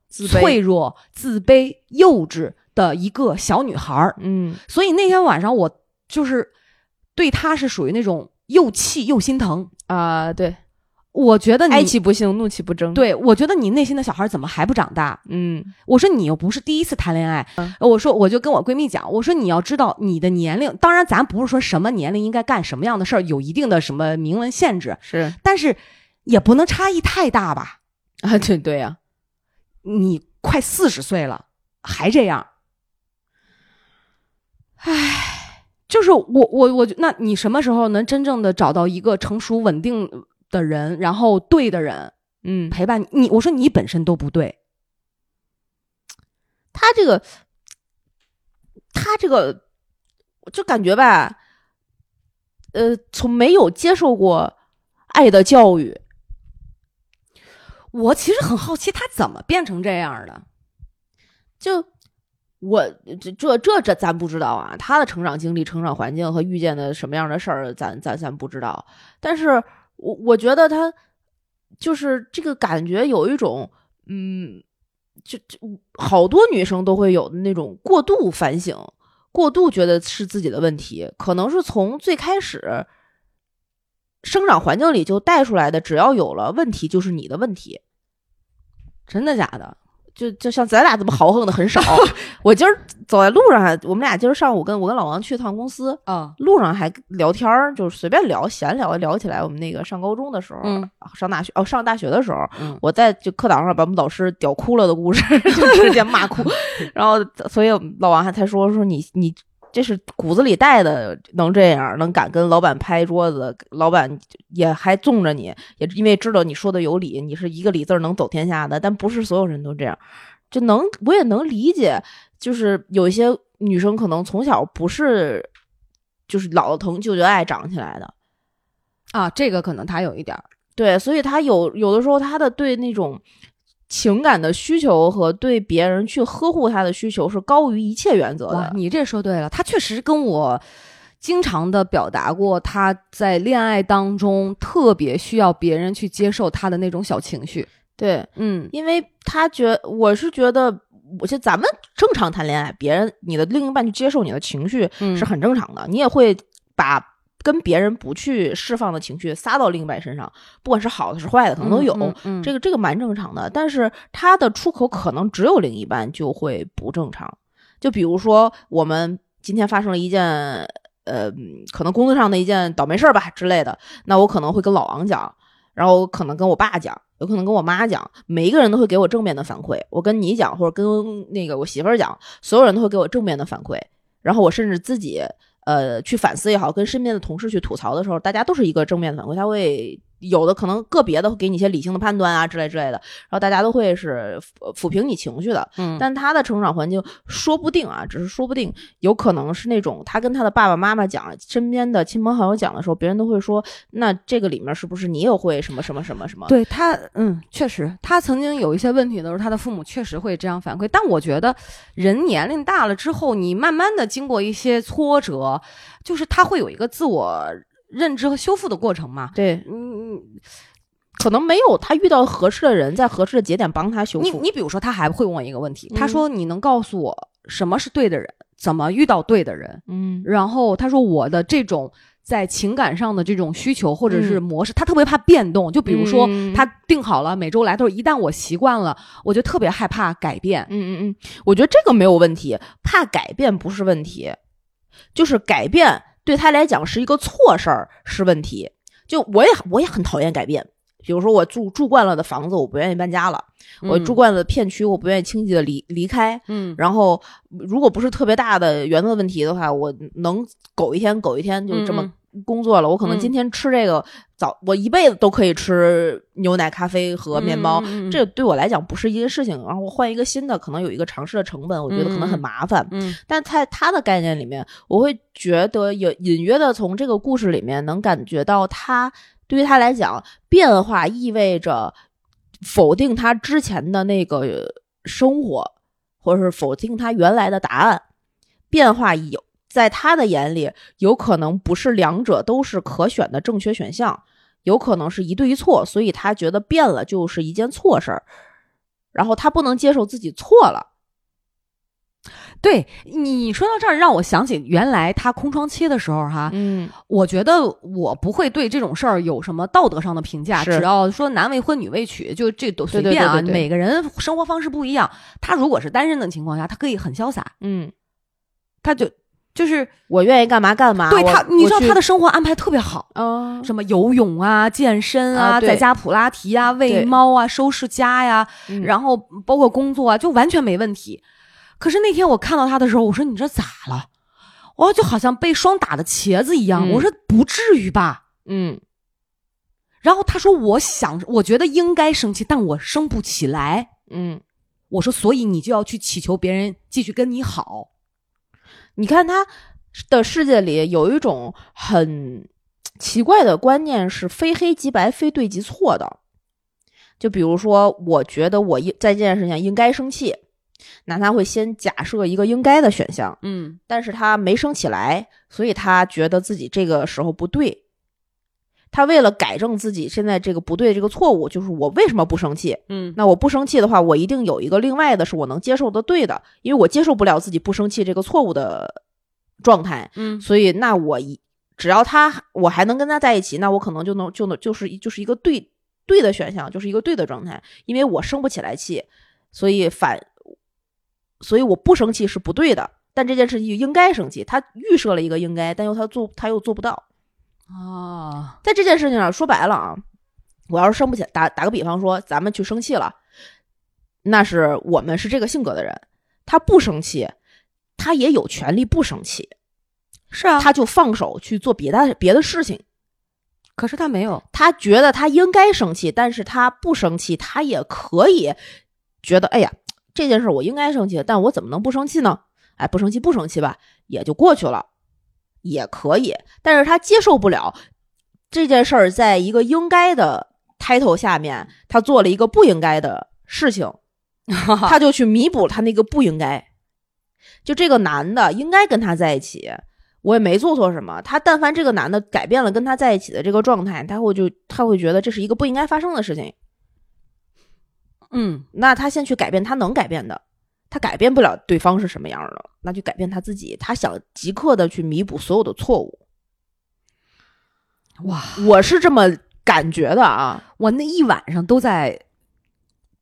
A: 自卑
C: 脆弱、自卑、幼稚的一个小女孩儿。
A: 嗯
C: 所以那天晚上我就是对他是属于那种又气又心疼。
A: 啊对，
C: 我觉得你
A: 哀其不幸，怒其不争，，
C: 对我觉得你内心的小孩怎么还不长大？
A: 嗯
C: 我说你又不是第一次谈恋爱，我说我就跟我闺蜜讲，我说你要知道你的年龄，当然咱不是说什么年龄应该干什么样的事儿，有一定的什么明文限制，
A: 是
C: 但是也不能差异太大吧？
A: 啊对对呀，
C: 你快四十岁了还这样，唉，就是我我我，那你什么时候能真正的找到一个成熟稳定的人，然后对的人
A: 嗯，
C: 陪伴你你？我说你本身都不对，
A: 他这个，他这个，我就感觉吧，呃，从没有接受过爱的教育，
C: 我其实很好奇他怎么变成这样的。
A: 就我这这这这咱不知道啊，他的成长经历、成长环境和遇见的什么样的事儿，咱咱咱不知道。但是我我觉得他就是这个感觉有一种，嗯，就就好多女生都会有的那种过度反省，过度觉得是自己的问题，可能是从最开始。生长环境里就带出来的，只要有了问题，就是你的问题。
C: 真的假的？
A: 就就像咱俩这么豪横的很 少。我今儿走在路上还，我们俩今儿上午跟我跟老王去趟公司，
C: 啊、
A: 路上还聊天儿，就是随便聊闲聊聊起来。我们那个上高中的时候，
C: 嗯
A: 上大学哦，上大学的时候，
C: 嗯
A: 我在就课堂上把我们老师屌哭了的故事 就直接骂哭，然后所以老王还才说说你你。这是骨子里带的，能这样，能敢跟老板拍桌子，老板也还纵着你，也因为知道你说的有理，你是一个理字儿能走天下的，但不是所有人都这样，就能我也能理解，就是有一些女生可能从小不是就是老疼舅舅爱长起来的，
C: 啊，这个可能他有一点儿，
A: 对，所以他有有的时候他的对那种情感的需求和对别人去呵护他的需求是高于一切原则
C: 哇
A: 的，。
C: 你这说对了，他确实跟我经常的表达过，他在恋爱当中特别需要别人去接受他的那种小情绪。
A: 对，
C: 嗯，
A: 因为他觉，我是觉得，我就咱们正常谈恋爱，别人你的另一半去接受你的情绪是
C: 是很
A: 很正常的，你也会把跟别人不去释放的情绪撒到另一半身上，不管是好的是坏的，可
C: 可
A: 能
C: 能
A: 都
C: 都
A: 有。
C: 有。
A: 这
C: 这
A: 个这个蛮正常的，但是它的出口可能只有另一半就会不正常。就比如说，我们今天发生了一件呃，嗯可能工作上的一件倒霉事儿吧之类的，那我可能会跟老王讲，然后可能跟我爸讲，有可能跟我妈讲，每一个人都会给我正面的反馈。我跟你讲，或者跟那个我媳妇儿讲，所有人都会给我正面的反馈。然后我甚至自己呃去反思也好，跟身边的同事去吐槽的时候，大家都是一个正面的反馈，他会有的可能个别的会给你一些理性的判断啊之类之类的，然后大家都会是抚抚平你情绪的。
C: 嗯但
A: 但他的成长环境说不定啊，只是说不定有可能是那种他跟他的爸爸妈妈讲，身边的亲朋好友讲的时候，别人都会说，那这个里面是不是你也会什么什么什么什么？
C: 对他，嗯，确实，他曾经有一些问题的时候，他的父母确实会这样反馈。但我觉得，人年龄大了之后，你慢慢的经过一些挫折，就是他会有一个自我认知和修复的过程嘛。
A: 对，
C: 嗯，
A: 可能没有他遇到合适的人，在合适的节点帮他修
C: 你嗯
A: 复。
C: 你比如说，他还会问我一个问题，他
A: 嗯
C: 说：“你能告诉我什么是对的人，怎么遇到对的人
A: 嗯？”
C: 然后他说：“我的这种在情感上的这种需求或者是
A: 嗯
C: 模式，他特别怕变动。就比如说，
A: 嗯
C: 他定好了每周来的时候，一旦我习惯了，我就特别害怕改变。
A: 嗯嗯嗯，我觉得这个没有问题，怕改变不是问题，就是改变对他来讲是一个错事儿是问题。就我也我也很讨厌改变，比如说我住住惯了的房子，我不愿意搬家了；我
C: 嗯
A: 住惯了的片区，我不愿意轻易的离离开。
C: 嗯
A: 然后，如果不是特别大的原则问题的话，我能苟一天苟一天，就是这么
C: 嗯
A: 工作了。我可能
C: 嗯
A: 今天吃这个早，我一辈子都可以吃牛奶、咖啡和面包，
C: 嗯
A: 这对我来讲不是一个事情，然后我换一个新的，可能有一个尝试的成本，我觉得可能很麻烦。
C: 嗯
A: 但在他的概念里面，我会觉得有隐约的从这个故事里面能感觉到他，对于他来讲，变化意味着否定他之前的那个生活，或者是否定他原来的答案。变化有在他的眼里，有可能不是两者都是可选的正确选项，有可能是一对一错，所以他觉得变了就是一件错事儿，然后他不能接受自己错了。
C: 对你说到这儿，让我想起原来他空窗期的时候哈，
A: 嗯
C: 我觉得我不会对这种事儿有什么道德上的评价，
A: 是
C: 只要说男未婚女未娶，就这都随
A: 对对
C: 便啊。
A: 对对对
C: 每个人生活方式不一样，他如果是单身的情况下，他可以很潇洒，
A: 嗯，
C: 他就就是
A: 我愿意干嘛干嘛。
C: 对
A: 啊我
C: 他，你知道他
A: 的
C: 的生活安排特别好，
A: 嗯
C: 什么游泳啊、健身啊，
A: 啊对
C: 在家普拉提啊、喂
A: 对
C: 猫啊、收拾家呀、
A: 嗯
C: 然后包括工作啊，就完全没问题。可是那天我看到他的时候，我说你这咋了？我就好像被霜打的茄子一样，
A: 嗯
C: 我说不至于吧。
A: 嗯
C: 然后他说：“我想，我觉得应该生气，但我生不起来。
A: 嗯，”
C: 我说：“所以你就要去祈求别人继续跟你好。
A: 你看他的世界里有一种很奇怪的观念是非黑即白、非对即错的。就比如说，我觉得我应在这件事情上应该生气，那他会先假设一个应该的选项，”
C: 嗯，
A: 但是他没生起来，所以他觉得自己这个时候不对。他为了改正自己现在这个不对这个错误，就是我为什么不生气？
C: 嗯，
A: 那我不生气的话，我一定有一个另外的是我能接受的对的，因为我接受不了自己不生气这个错误的状态，
C: 嗯，
A: 所以那我一只要他我还能跟他在一起，那我可能就能就能就是一就是一个对对的选项，就是一个对的状态，因为我生不起来气，所以反，所以我不生气是不对的。但这件事情应该生气，他预设了一个应该，但又他做他又做不到。
C: 啊，
A: 在这件事情上，说白了啊，我要是生不起，打打个比方说，咱们去生气了，那是我们是这个性格的人，他不生气，他也有权利不生气，
C: 是啊，
A: 他就放手去做别的别的事情。
C: 可是他没有，
A: 他觉得他应该生气，但是他不生气，他也可以觉得，哎呀，这件事我应该生气，但我怎么能不生气呢？哎，不生气不生气吧，也就过去了，也可以。但是他接受不了这件事儿在一个应该的 title 下面，他做了一个不应该的事情，他就去弥补他那个不应该。就这个男的应该跟他在一起，我也没做错什么。他但凡这个男的改变了跟他在一起的这个状态，他会就他会觉得这是一个不应该发生的事情。
C: 嗯，
A: 那他先去改变他能改变的，他改变不了对方是什么样的，那就改变他自己。他想即刻的去弥补所有的错误，
C: 哇，
A: 我是这么感觉的啊。
C: 我那一晚上都在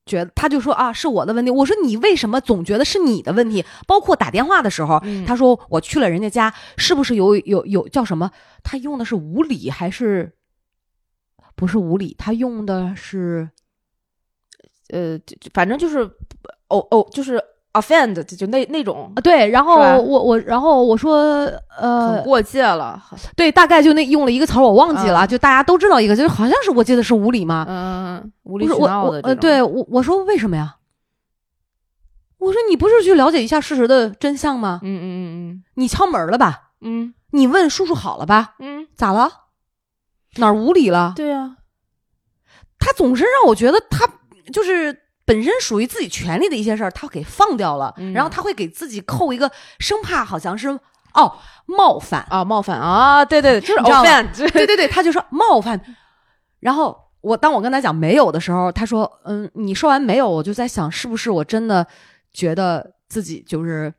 C: 觉得，他就说啊，是我的问题。我说你为什么总觉得是你的问题？包括打电话的时候，
A: 嗯
C: 他说我去了人家家，是不是有有有叫什么？他用的是无理还是不是无理？他用的是
A: 呃，就就反正就是，哦哦，就是 offend，就就那那种
C: 啊，对。然
A: 是吧
C: 后我我然后我说
A: 很
C: 呃，
A: 过界了。
C: 对，大概就那用了一个词儿，我忘记了，
A: 啊
C: 就大家都知道一个，就是好像是我记得是无理吗？
A: 嗯，无
C: 无
A: 理取
C: 我
A: 闹
C: 我
A: 的这
C: 呃，
A: 种。
C: 对我我说为什么呀？我说你不是去了解一下事实的真相吗？
A: 嗯嗯
C: 你敲门了吧？
A: 嗯嗯
C: 你问叔叔好了吧？
A: 嗯嗯，
C: 咋了？哪儿无理了？
A: 对啊，
C: 他总是让我觉得他就是本身属于自己权利的一些事儿，他给放掉了，
A: 嗯
C: 然后他会给自己扣一个，生怕好像是哦冒犯，
A: 啊，冒犯啊，对对，对就是
C: 你知道吗
A: offend，就是
C: 对对对，他就说冒犯。然后我当我跟他讲没有的时候，他说：“嗯，你说完没有？”我就在想，是不是我真的觉得自己就是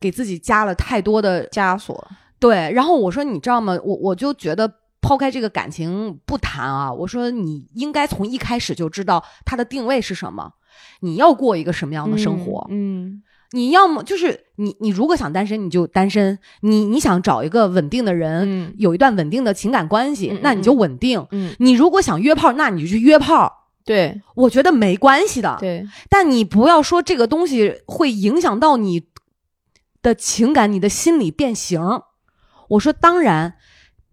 C: 给自己加了太多的
A: 枷锁。
C: 对。然后我说：“你知道吗？我我就觉得抛开这个感情不谈啊，我说你应该从一开始就知道他的定位是什么，你要过一个什么样的生活。
A: 嗯，
C: 你要么就是你你如果想单身，你就单身；你你想找一个稳定的人，
A: 嗯
C: 有一段稳定的情感关系，
A: 嗯嗯
C: 那你就稳定。
A: 嗯，
C: 你如果想约炮，那你就去约炮，
A: 对
C: 我觉得没关系的。
A: 对，
C: 但你不要说这个东西会影响到你的情感、你的心理变形。我说，当然，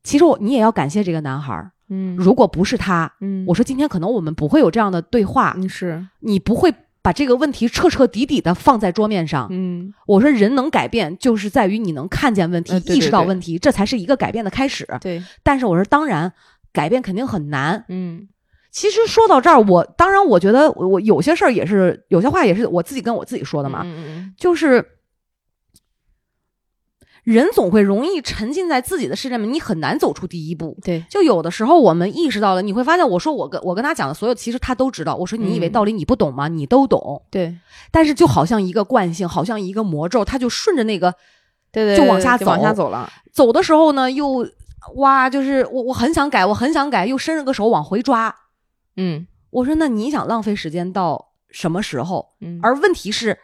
C: 其实我你也要感谢这个男孩儿，
A: 嗯
C: 如果不是啊他，
A: 嗯
C: 我说今天可能我们不会有这样的对话，
A: 嗯是
C: 你不会把这个问题彻彻底底的放在桌面上。
A: 嗯
C: 我说，人能改变，就是在于你能看见问题、
A: 呃对对
C: 意识到
A: 对
C: 问题，这才是一个改变的开始。
A: 对
C: 但是我说，当然改变肯定很难。
A: 嗯
C: 其实说到这儿，我当然我觉得我我有些事儿也是有些话也是我自己跟我自己说的嘛，
A: 嗯
C: 就是人总会容易沉浸在自己的世界里面，你很难走出第一步。
A: 对
C: 就有的时候我们意识到了，你会发现，我说我跟我跟他讲的所有，其实他都知道。我说你以为
A: 嗯
C: 道理你不懂吗？你都懂，
A: 对
C: 但是就好像一个惯性，好像一个魔咒，他就顺着那个
A: 对对，
C: 就往下
A: 对往
C: 走
A: 下走了。
C: 走的时候呢，又哇，就是我我很想改，我很想改，又伸了个手往回抓。
A: 嗯
C: 我说那你想浪费时间到什么时候？
A: 嗯
C: 而问题是，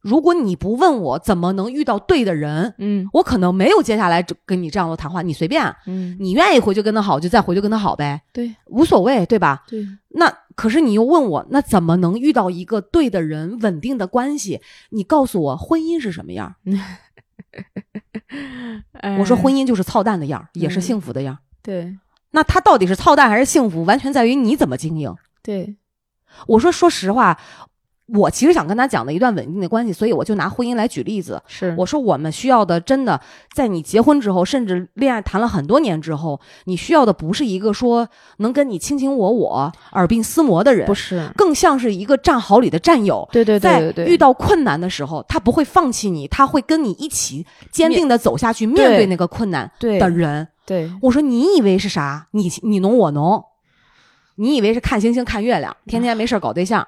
C: 如果你不问我，怎么能遇到对的人？
A: 嗯
C: 我可能没有接下来就跟你这样的谈话，你随便，啊
A: 嗯
C: 你愿意回去跟他好就再回去跟他好呗，
A: 对
C: 无所谓，对吧？
A: 对
C: 那可是你又问我，那怎么能遇到一个对的人、稳定的关系？你告诉我，婚姻是什么样？我说婚
A: 姻
C: 姻就是操蛋的样儿，也是
A: 嗯
C: 幸福的样儿。
A: 哎对
C: 那他到底是操蛋还是幸福，完全在于你怎么经营。
A: 对
C: 我说，说实话，我其实想跟他讲的一段稳定的关系，所以我就拿婚姻来举例子。
A: 是
C: 我说，我们需要的真的，在你结婚之后，甚至恋爱谈了很多年之后，你需要的不是一个说能跟你卿卿我我、耳鬓厮磨的人，
A: 不是
C: 更像是一个战壕里的战友。
A: 对对
C: 在
A: 对对对
C: 遇到困难的时候，他不会放弃你，他会跟你一起坚定的走下去，面
A: 对
C: 对那个困难
A: 对
C: 的人。
A: 对
C: 我说你以为是啥？你你侬我侬，你以为是看星星看月亮，天天没事儿搞对象。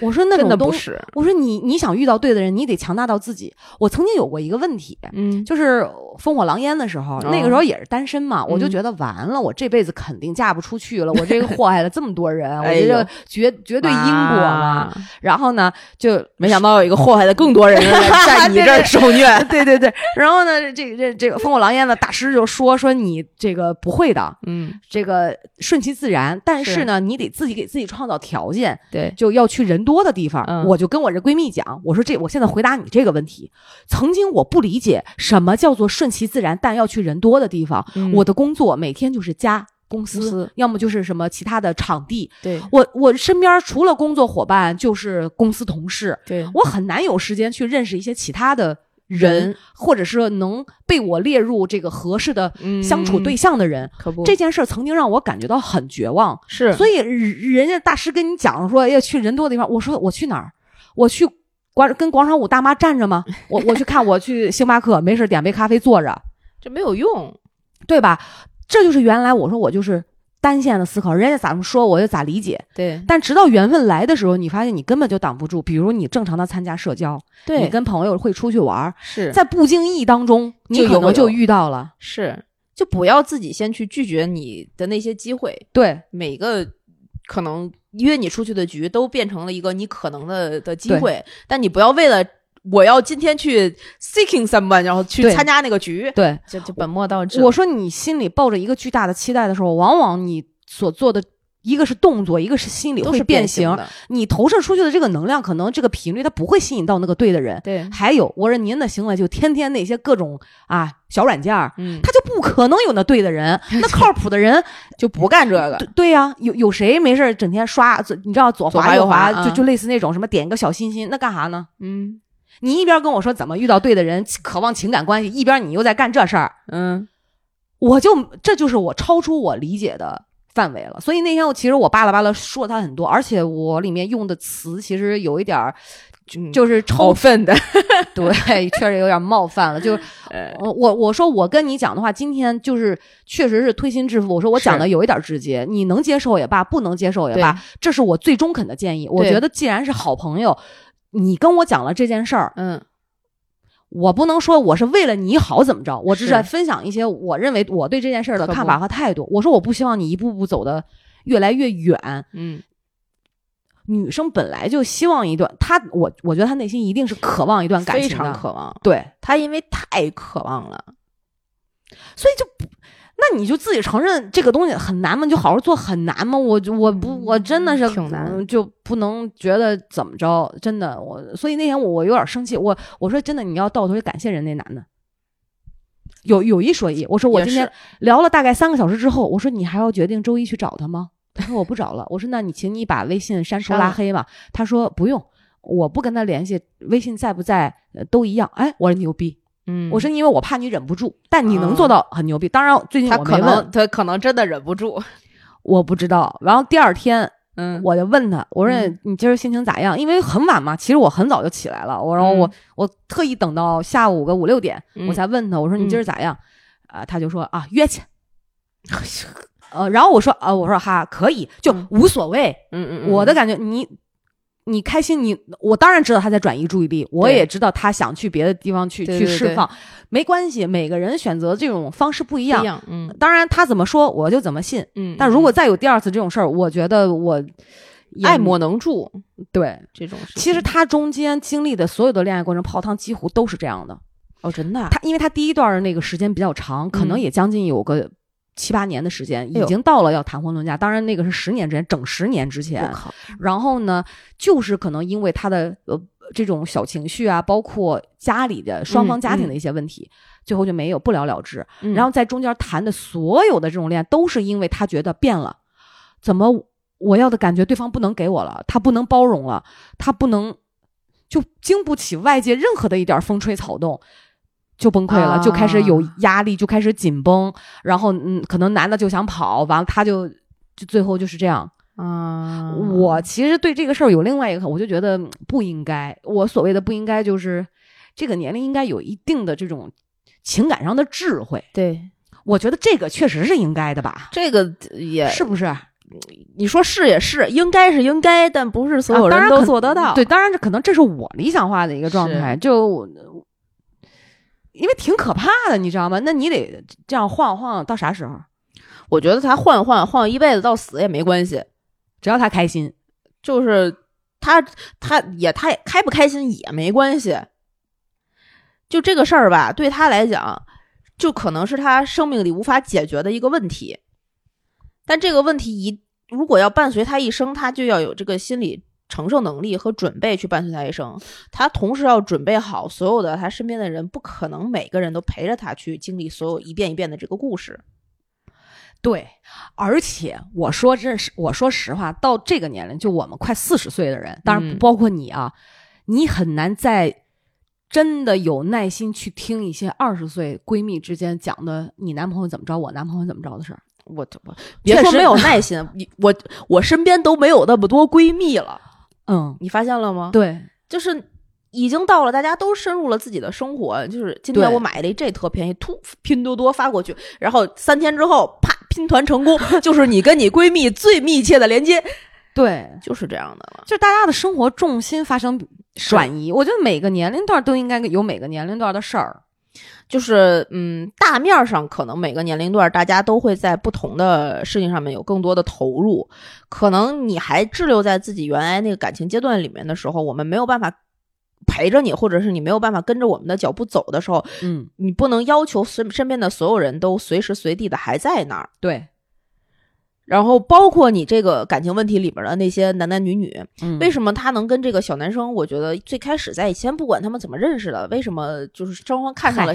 C: 我说那
A: 真的
C: 种
A: 不
C: 东西，
A: 是
C: 我说你你想遇到对的人，你得强大到自己。我曾经有过一个问题，
A: 嗯哦
C: 就是烽火狼烟的时候，那个时候也是单身嘛，我就
A: 嗯
C: 觉得完了，我这辈子肯定嫁不出去了，我这个祸害了这么 多人，我这
A: 哎
C: 个
A: 呦
C: 绝绝对因果嘛。
A: 啊
C: 然后呢，就
A: 没想到有一个祸害了更多 人的人在你这儿受虐。
C: 对对对，然后呢，这这这个烽火狼烟的大师就说说你这个不会的，
A: 嗯，
C: 这个顺其自然，但
A: 是
C: 是呢，你得自己给自己创造条件，
A: 对，
C: 就要去人多的地方。
A: 嗯
C: 我就跟我这闺蜜讲，我说这我现在回答你这个问题，曾经我不理解什么叫做顺其自然，但要去人多的地方。
A: 嗯
C: 我的工作每天就是家。公司，
A: 公司
C: 要么就是什么其他的场地。
A: 对
C: 我我身边除了工作伙伴，就是公司同事，
A: 对
C: 我很难有时间去认识一些其他的人，或者是能被我列入这个合适的
A: 嗯
C: 相处对象的人。
A: 可不，
C: 这件事儿曾经让我感觉到很绝望，
A: 是
C: 所以人人家大师跟你讲说要去人多的地方，我说我去哪儿？我去广跟广场舞大妈站着吗？我我去看，我去星巴克，没事点杯咖啡坐着，
A: 这没有用，
C: 对吧？这就是原来我说我就是单线的思考，人家咋么说我就咋理解。
A: 对
C: 但直到缘分来的时候，你发现你根本就挡不住。比如你正常的参加社交，你
A: 对，
C: 跟朋友会出去玩儿，
A: 是
C: 在不经意当中，你
A: 就
C: 可
A: 有
C: 能
A: 有
C: 就遇到了。
A: 是，就不要自己先去拒绝你的那些机会，
C: 对
A: 每个可能约你出去的局都变成了一个你可能的的机
C: 对
A: 会，但你不要为了我要今天去 seeking someone，然后去
C: 对
A: 参加那个局，
C: 对，
A: 就就本末倒置。
C: 我说你心里抱着一个巨大的期待的时候，往往你所做的一个是动作，一个是心理
A: 都
C: 会
A: 是
C: 变
A: 形
C: 形。
A: 的，
C: 你投射出去的这个能量，可能这个频率它不会吸引到那个对的人。
A: 对，
C: 还有，我说您的行为就天天那些各种啊小软件儿，
A: 嗯，
C: 他就不可能有那对的人，那靠谱的人，
A: 就不干这个
C: 对，对呀、有有谁没事儿整天刷，左你知道左
A: 左
C: 滑
A: 滑
C: 右
A: 右滑
C: 就
A: 嗯
C: 就类似那种什么点一个小心心，那干啥呢？
A: 嗯
C: 你一边跟我说怎么遇到对的人，渴望情感关系，一边你又在干这事儿，
A: 嗯，
C: 我就这就是我超出我理解的范围了。所以那天我其实我扒拉扒拉说他很多，而且我里面用的词其实有一点儿
A: 就
C: 就是
A: 嗯
C: 超
A: 好愤的，
C: 对， 确实有点冒犯 了。就是
A: 呃
C: 我我我说我跟你讲的话，今天就是确实是推心置腹。我说我讲的
A: 是
C: 有一点直接，你能接受也罢，不能接受也
A: 对
C: 罢，这是我最中肯的建议。我
A: 对
C: 觉得既然是好朋友，你跟我讲了这件事儿，
A: 嗯，
C: 我不能说我是为了你好怎么着，我只是
A: 是
C: 分享一些我认为我对这件事儿的
A: 可不
C: 看法和态度。我说我不希望你一步步走的越来越远。
A: 嗯，
C: 女生本来就希望一段，她我我觉得她内心一定是渴望一段感
A: 非
C: 情的，
A: 常渴望，
C: 对，
A: 他因为太渴望了，
C: 所以就不，那你就自己承认这个东西很难吗？你就好好做很难吗？我我不我真的是
A: 嗯挺难
C: 嗯就不能觉得怎么着，真的我，所以那天我我有点生气，我我说真的，你要到头去感谢人那男的。有有一说一，我说我
A: 也
C: 今天
A: 是
C: 聊了大概三个小时之后，我说你还要决定周一去找他吗？他说我不找了。 我说那你请你把微信删除
A: 删
C: 拉
A: 了
C: 黑吧。他说不用，我不跟他联系，微信在不在呃都一样。哎，我说牛逼，
A: 嗯
C: 我
A: 我是
C: 是因为我怕你忍不住，但你能
A: 啊
C: 做到很牛逼。当然，最近
A: 他
C: 我
A: 可
C: 没
A: 能
C: 问，
A: 他可能真的忍不住，
C: 我不知道。然后第二天
A: 嗯，
C: 我就问他，我说
A: 嗯
C: 你今儿心情咋样？因为很晚嘛，其实我很早就起来了，我然后我、
A: 嗯
C: 我特意等到下午个五六点，
A: 嗯
C: 我才问他，我说你今儿咋样？啊、他就说啊 约去。呃，然后我说啊、我说哈可以，就
A: 嗯
C: 无所谓。
A: 嗯嗯，嗯
C: 我的感觉你。你开心，你我当然知道他在转移注意力，我
A: 对
C: 也知道他想去别的地方去
A: 对
C: 去
A: 对
C: 释
A: 对
C: 放，没关系，每个人选择这种方式不一
A: 不
C: 样
A: 一。样，嗯
C: 当然，他怎么说我就怎么信。
A: 嗯，
C: 但如
A: 嗯
C: 果再有第二次这种事儿，我觉得我也
A: 爱莫能助
C: 对。
A: 这种事情，
C: 其实他中间经历的所有的恋爱过程，泡汤几乎都是这样的。
A: 哦，真的啊，
C: 他因为他第一段儿那个时间比较长，可能
A: 嗯
C: 也将近有个七八年的时间，
A: 哎
C: 已
A: 呦
C: 经到了要谈婚论嫁。当然，那个是十年之前，整十年之前
A: 我。靠，
C: 然后呢，就是可能因为他的呃这种小情绪啊，包括家里的双方
A: 嗯
C: 家庭
A: 嗯
C: 的一些问题，最后就没有不了了之。
A: 嗯
C: 然后在中间谈的所有的这种恋爱，都是因为他觉得变了，怎么我要的感觉对方不能给我了，他不能包容了，他不能就经不起外界任何的一点风吹草动。就崩溃了，
A: 啊
C: 就开始有压力，就开始紧绷，然后嗯，可能男的就想跑，完了他就就最后就是这样，
A: 啊，
C: 我其实对这个事儿有另外一个看，我就觉得嗯不应该。我所谓的不应该，就是这个年龄应该有一定的这种情感上的智慧。
A: 对
C: 我觉得这个确实是应该的吧，
A: 这个也
C: 是不是？啊
A: 你说是也是，应该是应该，但不是所有
C: 啊当然
A: 人都
C: 可
A: 做得到。
C: 对，，当然这可能这是我理想化的一个状态，就因为挺可怕的，你知道吗？那你得这样晃晃到啥时候？
A: 我觉得他换换换一辈子到死也没关系，
C: 只要他开心，
A: 就是他他也他也开不开心也没关系。就这个事儿吧，对他来讲，就可能是他生命里无法解决的一个问题。但这个问题一如果要伴随他一生，他就要有这个心理承受能力和准备去伴随他一生。他同时要准备好所有的他身边的人，不可能每个人都陪着他去经历所有一遍一遍的这个故事。
C: 对。而且我说这是我说实话，到这个嗯年龄，就我们快四十岁的人，当然不
A: 嗯
C: 包括你啊，你很难在真的有耐心去听一些二十岁闺蜜之间讲的你男朋友怎么着，我男朋友怎么着的事儿。
A: 我我别说
C: 确实
A: 没有耐心，你我我身边都没有那么多闺蜜了，
C: 嗯，
A: 你发现了吗？，
C: 对，
A: 就是已经到了大家都深入了自己的生活，就是今天
C: 对
A: 我买了一这特便宜，突拼多多发过去，然后三天之后啪拼团成 功，就是你跟你闺蜜最密切的连接，
C: 对，
A: 就是这样的了。
C: 就是大家的生活重心发生转移。我觉得每个年龄段都应该有每个年龄段的事儿。
A: 就是嗯，大面儿上可能每个年龄段儿大家都会在不同的事情上面有更多的投入，可能你还滞留在自己原来那个感情阶段里面的时候，我们没有办法。陪着你，或者是你没有办法跟着我们的脚步走的时候，
C: 嗯，
A: 你不能要求身身边的所有人都随时随地的还在那儿。
C: 对，
A: 然后，包括你这个感情问题里面的那些男男女女，
C: 嗯
A: 为什么他能跟这个小男生？我觉得最开始在以前，不管他们怎么认识的，为什么就是双方看上了，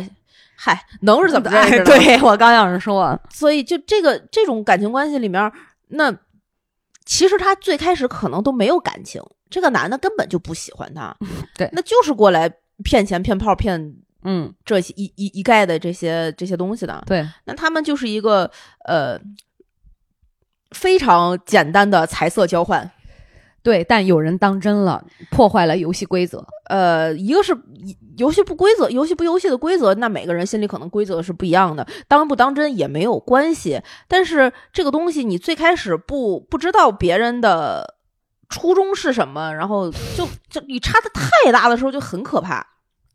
A: 嗨，能 是怎么认识的？
C: 哎对我刚想说，，
A: 所以就这个这种感情关系里面，那其实他最开始可能都没有感情，这个男的根本就不喜欢他
C: 嗯对
A: 那就是过来骗钱、骗炮、骗
C: 嗯，
A: 这些一一一概的这些这些东西的。
C: 对，
A: 那他们就是一个呃非常简单的财色交换。
C: 对，但有人当真了，破坏了游戏规则。
A: 呃，一个是一游戏不规则，游戏不游戏的规则，那每个人心里可能规则是不一样的，当不当真也没有关系。但是这个东西，你最开始不不知道别人的初衷是什么，然后就就你差的太大的时候就很可怕。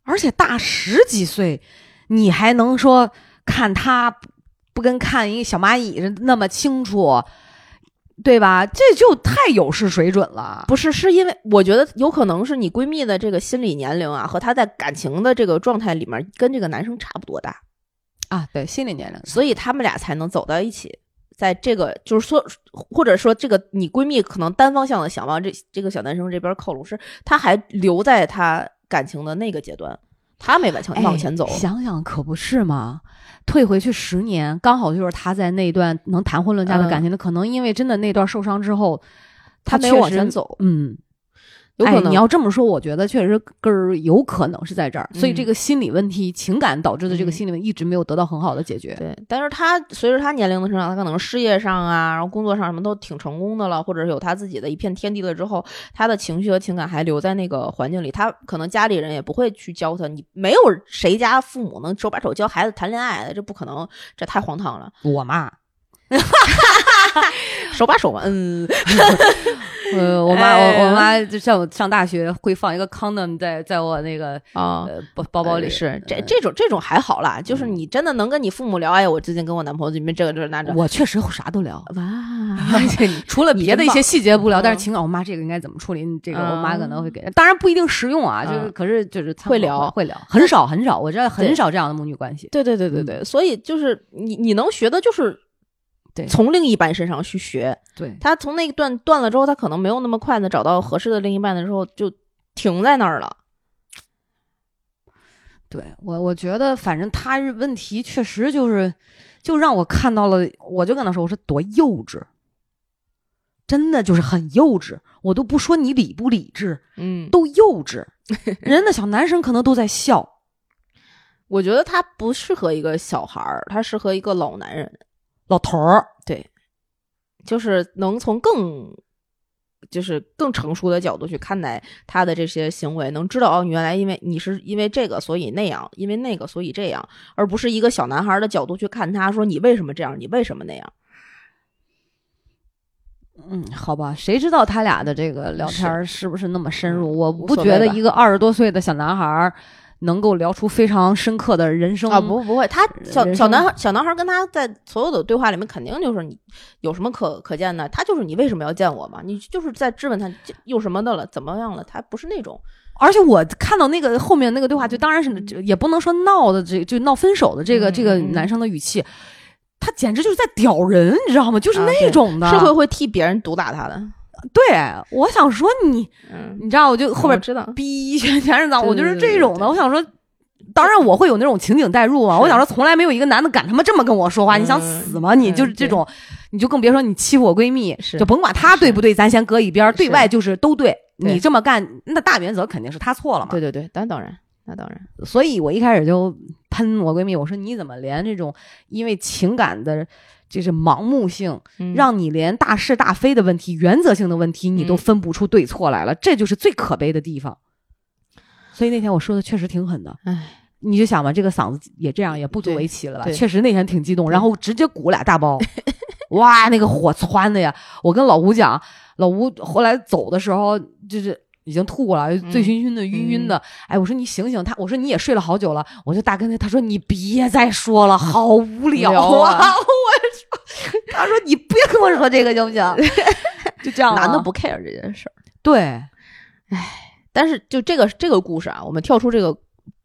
C: 而且大十几岁，你还能说看他不不跟看一个小蚂蚁似的那么清楚，对吧？这就太有失水准了。
A: 不是，是因为我觉得有可能是你闺蜜的这个心理年龄啊，和她在感情的这个状态里面跟这个男生差不多大，
C: 啊，对，心理年龄，
A: 所以他们俩才能走到一起。在这个就是说，或者说这个你闺蜜可能单方向的想往这这个小男生这边靠拢，是她还留在她感情的那个阶段，她没往前往前走。
C: 哎想想可不是嘛。退回去十年，刚好就是他在那段能谈婚论嫁的感情，那、可能因为真的那段受伤之后，
A: 她没有
C: 确
A: 往
C: 实
A: 前走，
C: 嗯，
A: 有可
C: 哎、
A: 能、
C: 你要这么说，我觉得确实根儿有可能是在这儿，所以
A: 嗯
C: 这个心理问题、情感导致的这个
A: 嗯
C: 心理问题一直没有得到很好的解决。
A: 对，但是她随着她年龄的成长，她可能事业上啊，然后工作上什么都挺成功的了，或者是有她自己的一片天地了之后，她的情绪和情感还留在那个环境里，她可能家里人也不会去教她，你没有谁家父母能手把手教孩子谈恋爱的，这不可能，这太荒唐了。
C: 我妈，
A: 手把手嘛， 嗯，
C: 呃，我妈，
A: 哎
C: 我我妈就像我上大学会放一个 condom 在在我那个
A: 啊、
C: 呃包包包里，
A: 是这
C: 嗯
A: 这种这种还好啦，就是你真的能跟你父母聊，哎，我最近跟我男朋友怎么这个这个那这，
C: 我确实啥都 聊，
A: 哇，
C: 除了别的一些细节不聊，
A: 嗯
C: 但是情感，我妈这个应该怎么处理，这个
A: 嗯
C: 我妈可能会给，当然不一定实用啊，
A: 嗯
C: 就是可是就是参考
A: 会聊
C: 会聊，很少很少，我知道很
A: 对
C: 少这样的母女关系，
A: 对对对对对，所以就是你你能学的就是。
C: 对
A: 从另一半身上去学，
C: 对
A: 他从那一段断了之后，他可能没有那么快的找到合适的另一半的时候，就停在那儿了。
C: 对，我我觉得反正她问题确实就是，就让我看到了，我就跟她说，我说多幼稚，真的就是很幼稚，我都不说你理不理智。
A: 嗯，
C: 都 幼稚，人的小男生可能都在笑。
A: 我觉得他不适合一个小孩儿，他适合一个老男人，
C: 老头儿，
A: 就是能从更就是更成熟的角度去看待他的这些行为，能知道哦，原来因为你是因为这个所以那样，因为那个所以这样，而不是一个小男孩的角度去看他说你为什么这样，你为什么那样。
C: 嗯，好吧，谁知道他俩的这个聊天儿是不是那么深入？我
A: 嗯无
C: 不
A: 所
C: 觉
A: 谓
C: 得
A: 吧
C: 一个二十多岁的小男孩儿能够聊出非常深刻的人生
A: 啊、不不会，他小
C: 人
A: 小
C: 生
A: 男孩小男孩跟他在所有的对话里面，肯定就是你有什么可可见的，他就是你为什么要见我嘛？你就是在质问他这有什么的了，怎么样了？他不是那种
C: 而且我看到那个后面那个对话，就当然是这也不能说闹的这就闹分手的这个、
A: 嗯
C: 这个
A: 嗯
C: 男生的语气，他简直就是在屌人，你知道吗？就是
A: 啊
C: 那
A: 对
C: 种的。
A: 社会会替别人毒打他的。
C: 对，我想说你，
A: 嗯，
C: 你知道，我就后边
A: 我知道，
C: 逼全全是脏，
A: 对
C: 我就是
A: 对对
C: 这种的。
A: 对
C: 我想说，当然我会有那种情景代入嘛。
A: 是
C: 我想说，从来没有一个男的敢他妈这么跟我说话，
A: 嗯
C: 你想死吗？你就是这
A: 对
C: 种，你就更别说你欺负我闺蜜，
A: 是
C: 就甭管她对不对，咱先搁一边儿。
A: 是
C: 对外就是都对，
A: 对
C: 你这么干，那大原则肯定是她错了嘛。
A: 对对对，当当然，那当然，
C: 所以我一开始就喷我闺蜜，我说你怎么连这种因为情感的就是盲目性，
A: 嗯
C: 让你连大是大非的问题、原则性的问题你都
A: 嗯
C: 分不出对错来了，这就是最可悲的地方。所以那天我说的确实挺狠的，
A: 唉，
C: 你就想吧，这个嗓子也这样，也不足
A: 对
C: 为奇了吧？
A: 对
C: 确实那天挺激动，
A: 对
C: 然后直接鼓俩大 包，哇，那个火窜的呀！我跟老吴讲，老吴后来走的时候就是。已经吐了，
A: 嗯
C: 醉醺醺的、晕晕的。哎，我说你醒醒，他我说你也睡了好久了，我就大跟他他说你别再说了，好无聊
A: 无聊
C: 啊！
A: 啊
C: 我说，他说你别跟我说 这个行不行？就这样、啊，
A: 男的不 care 这件事儿。
C: 对，
A: 但是就这个这个故事啊，我们跳出这个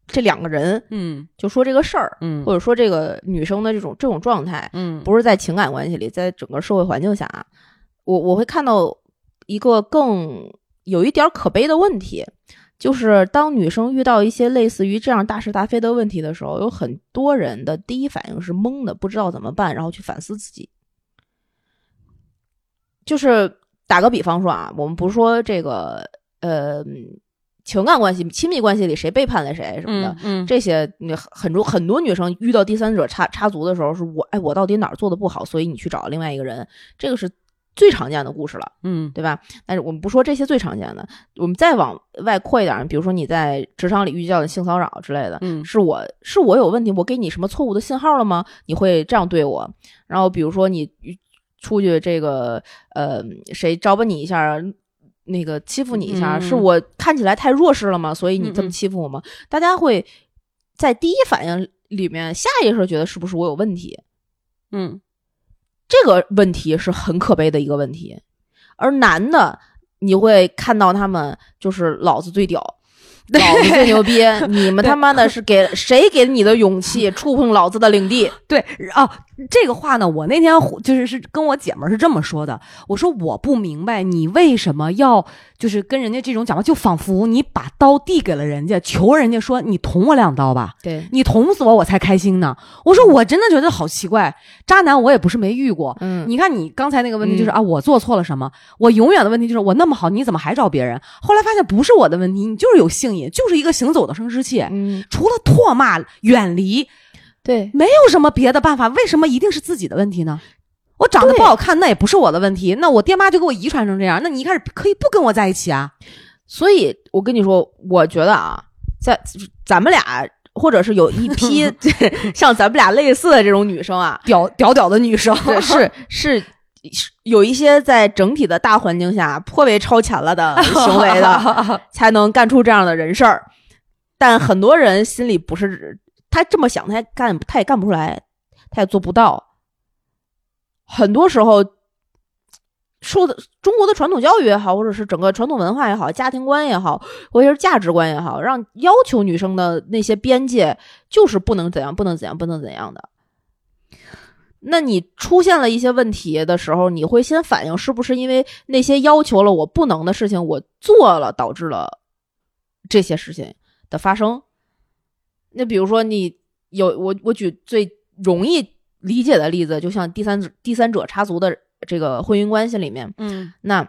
A: 这两个人，
C: 嗯
A: 就说这个事儿，
C: 嗯
A: 或者说这个女生的这种这种状态，
C: 嗯，
A: 不是在情感关系里，在整个社会环境下啊，我我会看到一个更有一点儿可悲的问题，就是当女生遇到一些类似于这样大是大非的问题的时候，有很多人的第一反应是懵的，不知道怎么办，然后去反思自己。就是打个比方说啊，我们不说这个呃情感关系、亲密关系里谁背叛了谁什么的，
C: 嗯嗯，
A: 这些你很很多很多女生遇到第三者插插足的时候，是我哎我到底哪儿做的不好，所以你去找另外一个人，这个是最常见的故事了，
C: 嗯
A: 对吧？但是我们不说这些最常见的，我们再往外扩一点，比如说你在职场里遇到的性骚扰之类的，
C: 嗯
A: 是我是我有问题，我给你什么错误的信号了吗？你会这样对我？然后比如说你出去这个呃谁招吧你一下。那个欺负你一下，
C: 嗯
A: 是我看起来太弱势了吗？所以你这
C: 嗯嗯
A: 么欺负我吗？大家会在第一反应里面下意识地觉得是不是我有问题？
C: 嗯
A: 这个问题是很可悲的一个问题。而男的，你会看到他们就是老子最 屌，老子最牛逼，你们他妈的是给谁给你的勇 气触碰老子的领地？
C: 对哦，这个话呢，我那天互就是是跟我姐们儿是这么说的，我说我不明白你为什么要就是跟人家这种讲话，就仿佛你把刀递给了人家，求人家说你捅我两刀吧，
A: 对，
C: 你捅死我我才开心呢。我说我真的觉得好奇怪，渣男我也不是没遇过。
A: 嗯，
C: 你看，你刚才那个问题就是、
A: 嗯
C: 啊，我做错了什么？我永远的问题就是我那么好，你怎么还找别人？后来发现不是我的问题，你就是有性瘾，就是一个行走的生殖器。
A: 嗯，
C: 除了唾骂、远离，
A: 对，
C: 没有什么别的办法，为什么一定是自己的问题呢？我长得
A: 对
C: 不好看，那也不是我的问题。那我爹妈就给我遗传成这样，那你一开始可以不跟我在一起啊？
A: 所以我跟你说，我觉得啊，在咱们俩。或者是有一 批像咱们俩类似的这种女生 啊，
C: 屌屌屌的女生，
A: 是是是是有一些在整体的大环境下颇为超前了的行为 的， 才能干出这样的人事儿。但很多人心里不是他这么想，他也干他也干不出来，他也做不到。很多时候，受的中国的传统教育也好，或者是整个传统文化也好，家庭观也好，或者是价值观也好，让要求女生的那些边界就是不能怎样，不能怎样，不能怎样的。那你出现了一些问题的时候，你会先反应是不是因为那些要求了我不能的事情我做了，导致了这些事情的发生？那比如说你有我我举最容易理解的例子，就像第三者第三者插足的这个婚姻关系里面，
C: 嗯
A: 那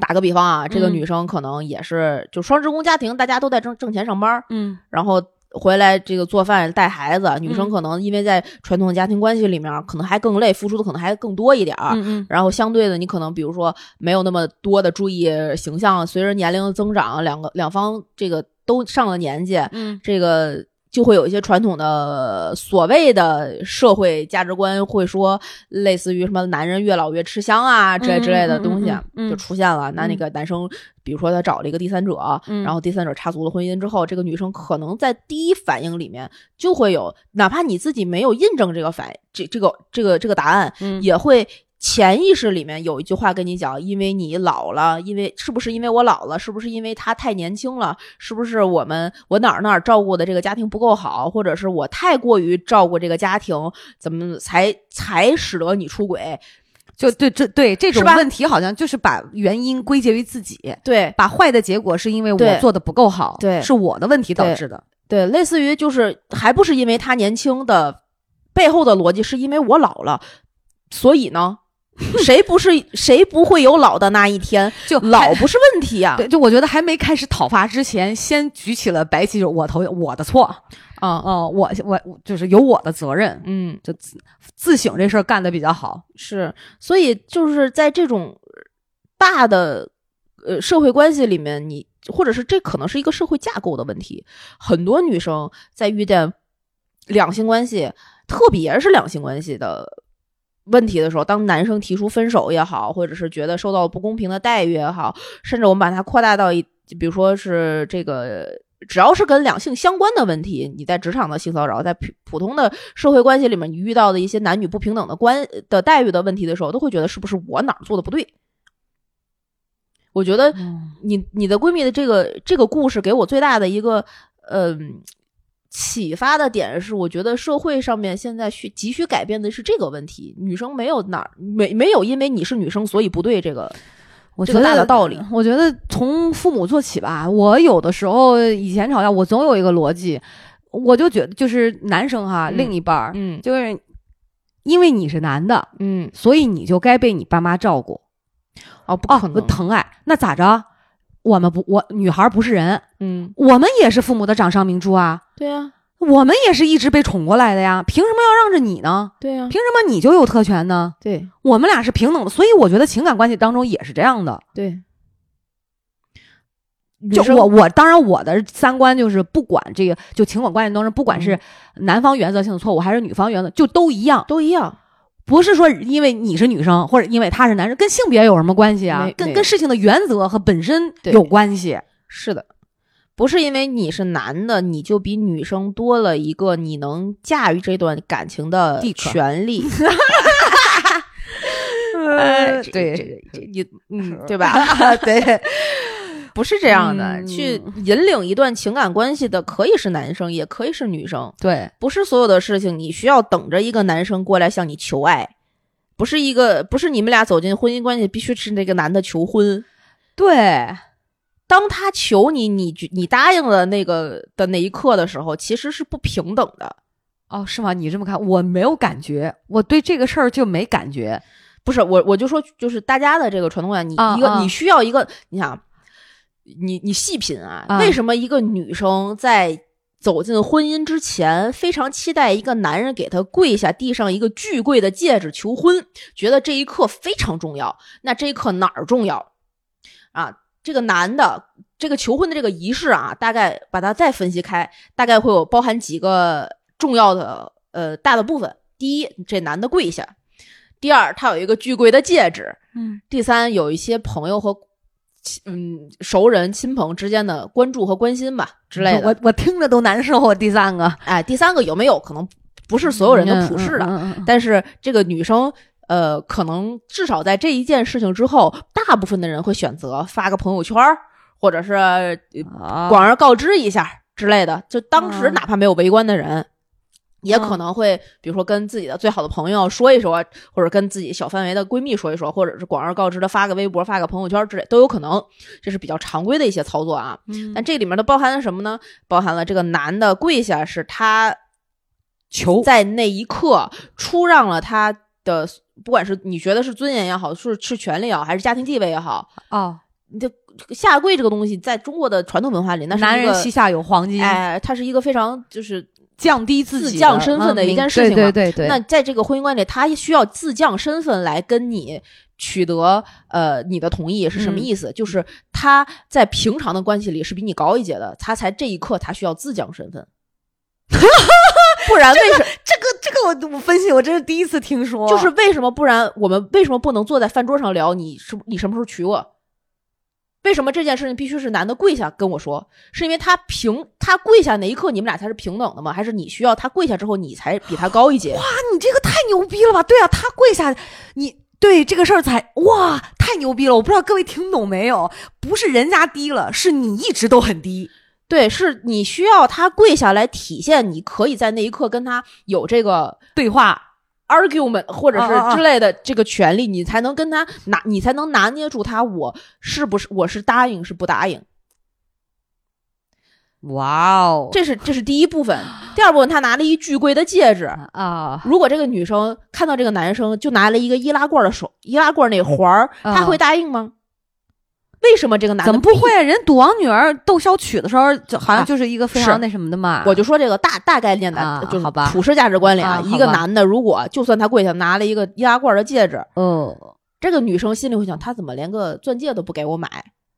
A: 打个比方啊，这个
C: 嗯
A: 女生可能也是就双职工家庭，大家都在挣挣钱上班儿，
C: 嗯
A: 然后回来这个做饭带孩子，啊女生
C: 嗯
A: 可能因为在传统家庭关系里面，可能还更累，付出的可能还更多一点儿。
C: 嗯
A: 然后相对的，你可能比如说没有那么多的注意形象，随着年龄的增长，两个两方这个都上了年纪，
C: 嗯
A: 这个就会有一些传统的所谓的社会价值观，会说类似于什么男人越老越吃香啊之类之类的东西啊
C: 嗯嗯嗯嗯嗯
A: 就出现了。那那个男生，比如说他找了一个第三者，
C: 嗯
A: 然后第三者插足了婚姻之后，这个女生可能在第一反应里面就会有，哪怕你自己没有印证这个反这这个这个这个答案，
C: 嗯
A: 也会。潜意识里面有一句话跟你讲，因为你老了，因为是不是因为我老了，是不是因为他太年轻了，是不是我们我哪儿哪儿照顾的这个家庭不够好，或者是我太过于照顾这个家庭，怎么才才使得你出轨？
C: 就对这对这种
A: 是吧
C: 问题，好像就是把原因归结于自己，
A: 对
C: 把坏的结果是因为我
A: 对
C: 做的不够好，
A: 对
C: 是我的问题导致的。
A: 对，类似于就是还不是因为他年轻的背后的逻辑是因为我老了，所以呢，谁不是谁不会有老的那一 天？
C: 就
A: 老不是问题啊！
C: 对，就我觉得还没开始讨伐之前，先举起了白旗，就是我头我的错，
A: 啊，
C: 嗯、我我我就是有我的责任，
A: 嗯，
C: 就自自省这事儿干得比较好，
A: 是，所以就是在这种大的呃社会关系里面，你或者是这可能是一个社会架构的问题，很多女生在遇见两性关系，特别是两性关系的。问题的时候，当男生提出分手也好，或者是觉得受到不公平的待遇也好，甚至我们把它扩大到一，比如说是这个，只要是跟两性相关的问题，你在职场的性骚扰，在普普通的社会关系里面，你遇到的一些男女不平等的关的待遇的问题的时候，都会觉得是不是我哪儿做的不对？我觉得
C: 嗯
A: 你你的闺蜜的这个这个故事给我最大的一个嗯、启发的点是，我觉得社会上面现在需急需改变的是这个问题，女生没有哪儿没没有因为你是女生所以不对这个，
C: 我
A: 这
C: 觉
A: 个
C: 得
A: 大的道理，
C: 我觉得从父母做起吧。我有的时候以前吵架，我总有一个逻辑，我就觉得就是男生哈，
A: 嗯
C: 另一半儿、
A: 嗯
C: 就是因为你是男的，
A: 嗯
C: 所以你就该被你爸妈照顾
A: 哦不
C: 啊
A: 可，能，
C: 疼爱。那咋着？我们不，我女孩不是人，
A: 嗯
C: 我们也是父母的掌上明珠啊，
A: 对呀、啊、
C: 我们也是一直被宠过来的呀，凭什么要让着你呢？
A: 对呀、啊、
C: 凭什么你就有特权呢？
A: 对
C: 我们俩是平等的，所以我觉得情感关系当中也是这样的。
A: 对，
C: 就
A: 女生
C: 我我当然我的三观就是不管这个就情感关系当中，不管是
A: 嗯
C: 男方原则性的错误还是女方原则，就都一样，
A: 都一样，
C: 不是说因为你是女生或者因为他是男生，跟性别有什么关系啊
A: 没？
C: 跟
A: 没
C: 跟事情的原则和本身
A: 对
C: 有关系。
A: 是的。不是因为你是男的，你就比女生多了一个你能驾驭这段感情的
C: 地壳
A: 权 利。哎
C: 呃，
A: 这
C: 对，
A: 这这你嗯，
C: 是
A: 对吧？对，不是这样的。
C: 嗯
A: 去引领一段情感关系的，可以是男生，也可以是女生。
C: 对，
A: 不是所有的事情你需要等着一个男生过来向你求爱，不是一个，不是你们俩走进婚姻关系必须是那个男的求婚。
C: 对，
A: 当他求你，你就你答应了那个的那一刻的时候，其实是不平等的。
C: 哦，是吗？你这么看，我没有感觉，我对这个事儿就没感觉。
A: 不是我，我就说，就是大家的这个传统观念，你
C: 啊
A: 一个、
C: 啊
A: 你需要一个，你想，你你细品啊，
C: 啊
A: 为什么一个女生在走进婚姻之前，非常期待一个男人给她跪下，递上一个巨贵的戒指求婚，觉得这一刻非常重要？那这一刻哪儿重要啊？这个男的，这个求婚的这个仪式啊，大概把它再分析开，大概会有包含几个重要的呃大的部分。第一，这男的跪下；第二，他有一个巨贵的戒指；
C: 嗯
A: 第三，有一些朋友和亲嗯熟人、亲朋之间的关注和关心吧之类的。
C: 嗯我我听着都难受。我第三 个，
A: 哎，第三个有没有可能不是所有人都普世的，
C: 嗯嗯嗯嗯
A: 但是这个女生。呃，可能至少在这一件事情之后，大部分的人会选择发个朋友圈儿，或者是呃
C: 啊
A: 广而告之一下之类的。就当时
C: 嗯
A: 哪怕没有围观的人，也可能会比如说跟自己的最好的朋友说一说，或者跟自己小范围的闺蜜说一说，或者是广而告之的发个微博、发个朋友圈之类，都有可能。这是比较常规的一些操作啊。
C: 嗯
A: 但这里面的包含了什么呢？包含了这个男的跪下是他
C: 求
A: 在那一刻出让了他的，不管是你觉得是尊严也好，是是权利也好，还是家庭地位也好，
C: 哦，
A: 下跪这个东西在中国的传统文化里，那是
C: 男
A: 一个
C: 人膝下有黄金，
A: 哎，它是一个非常就是
C: 降低自己
A: 自
C: 的
A: 降身份的
C: 嗯
A: 一件
C: 明
A: 事情嘛
C: 对对对对，
A: 那在这个婚姻观里，他需要自降身份来跟你取得呃你的同意是什么
C: 嗯
A: 意思？就是他在平常的关系里是比你高一截的，他才这一刻他需要自降身份，不然为什么？
C: 这个这个我我分析，我真是第一次听说，
A: 就是为什么不然我们为什么不能坐在饭桌上聊你是你什么时候娶我？为什么这件事情必须是男的跪下跟我说？是因为他平他跪下那一刻你们俩才是平等的吗？还是你需要他跪下之后你才比他高一截？
C: 啊，你这个太牛逼了吧？对啊，他跪下，你对这个事儿才哇，太牛逼了！我不知道各位听懂没有？不是人家低了，是你一直都很低。
A: 对，是你需要他跪下来体现，你可以在那一刻跟他有这个
C: 对话
A: argument 或者
C: 啊啊
A: 是
C: 啊
A: 之类的这个权利，你才能跟他拿，你才能拿捏住他，我是不是我是答应是不答应，
C: 哇哦，哦
A: 这是这是第一部分。第二部分，他拿了一巨贵的戒指。
C: 啊，
A: 如果这个女生看到这个男生就拿了一个易拉罐的手易拉罐那环儿，
C: 啊
A: 他会答应吗？为什么这个男的
C: 怎么不会？啊人赌王女儿斗小曲的时候，就好像就是一个非
A: 啊是
C: 常那什么的嘛。
A: 我就说这个大大概念的，
C: 啊
A: 就是
C: 好吧
A: 普世价值观里
C: 啊好吧
A: 一个男的如果就算他跪下拿了一个易拉罐的戒指，
C: 哦，
A: 这个女生心里会想，他怎么连个钻戒都不给我买，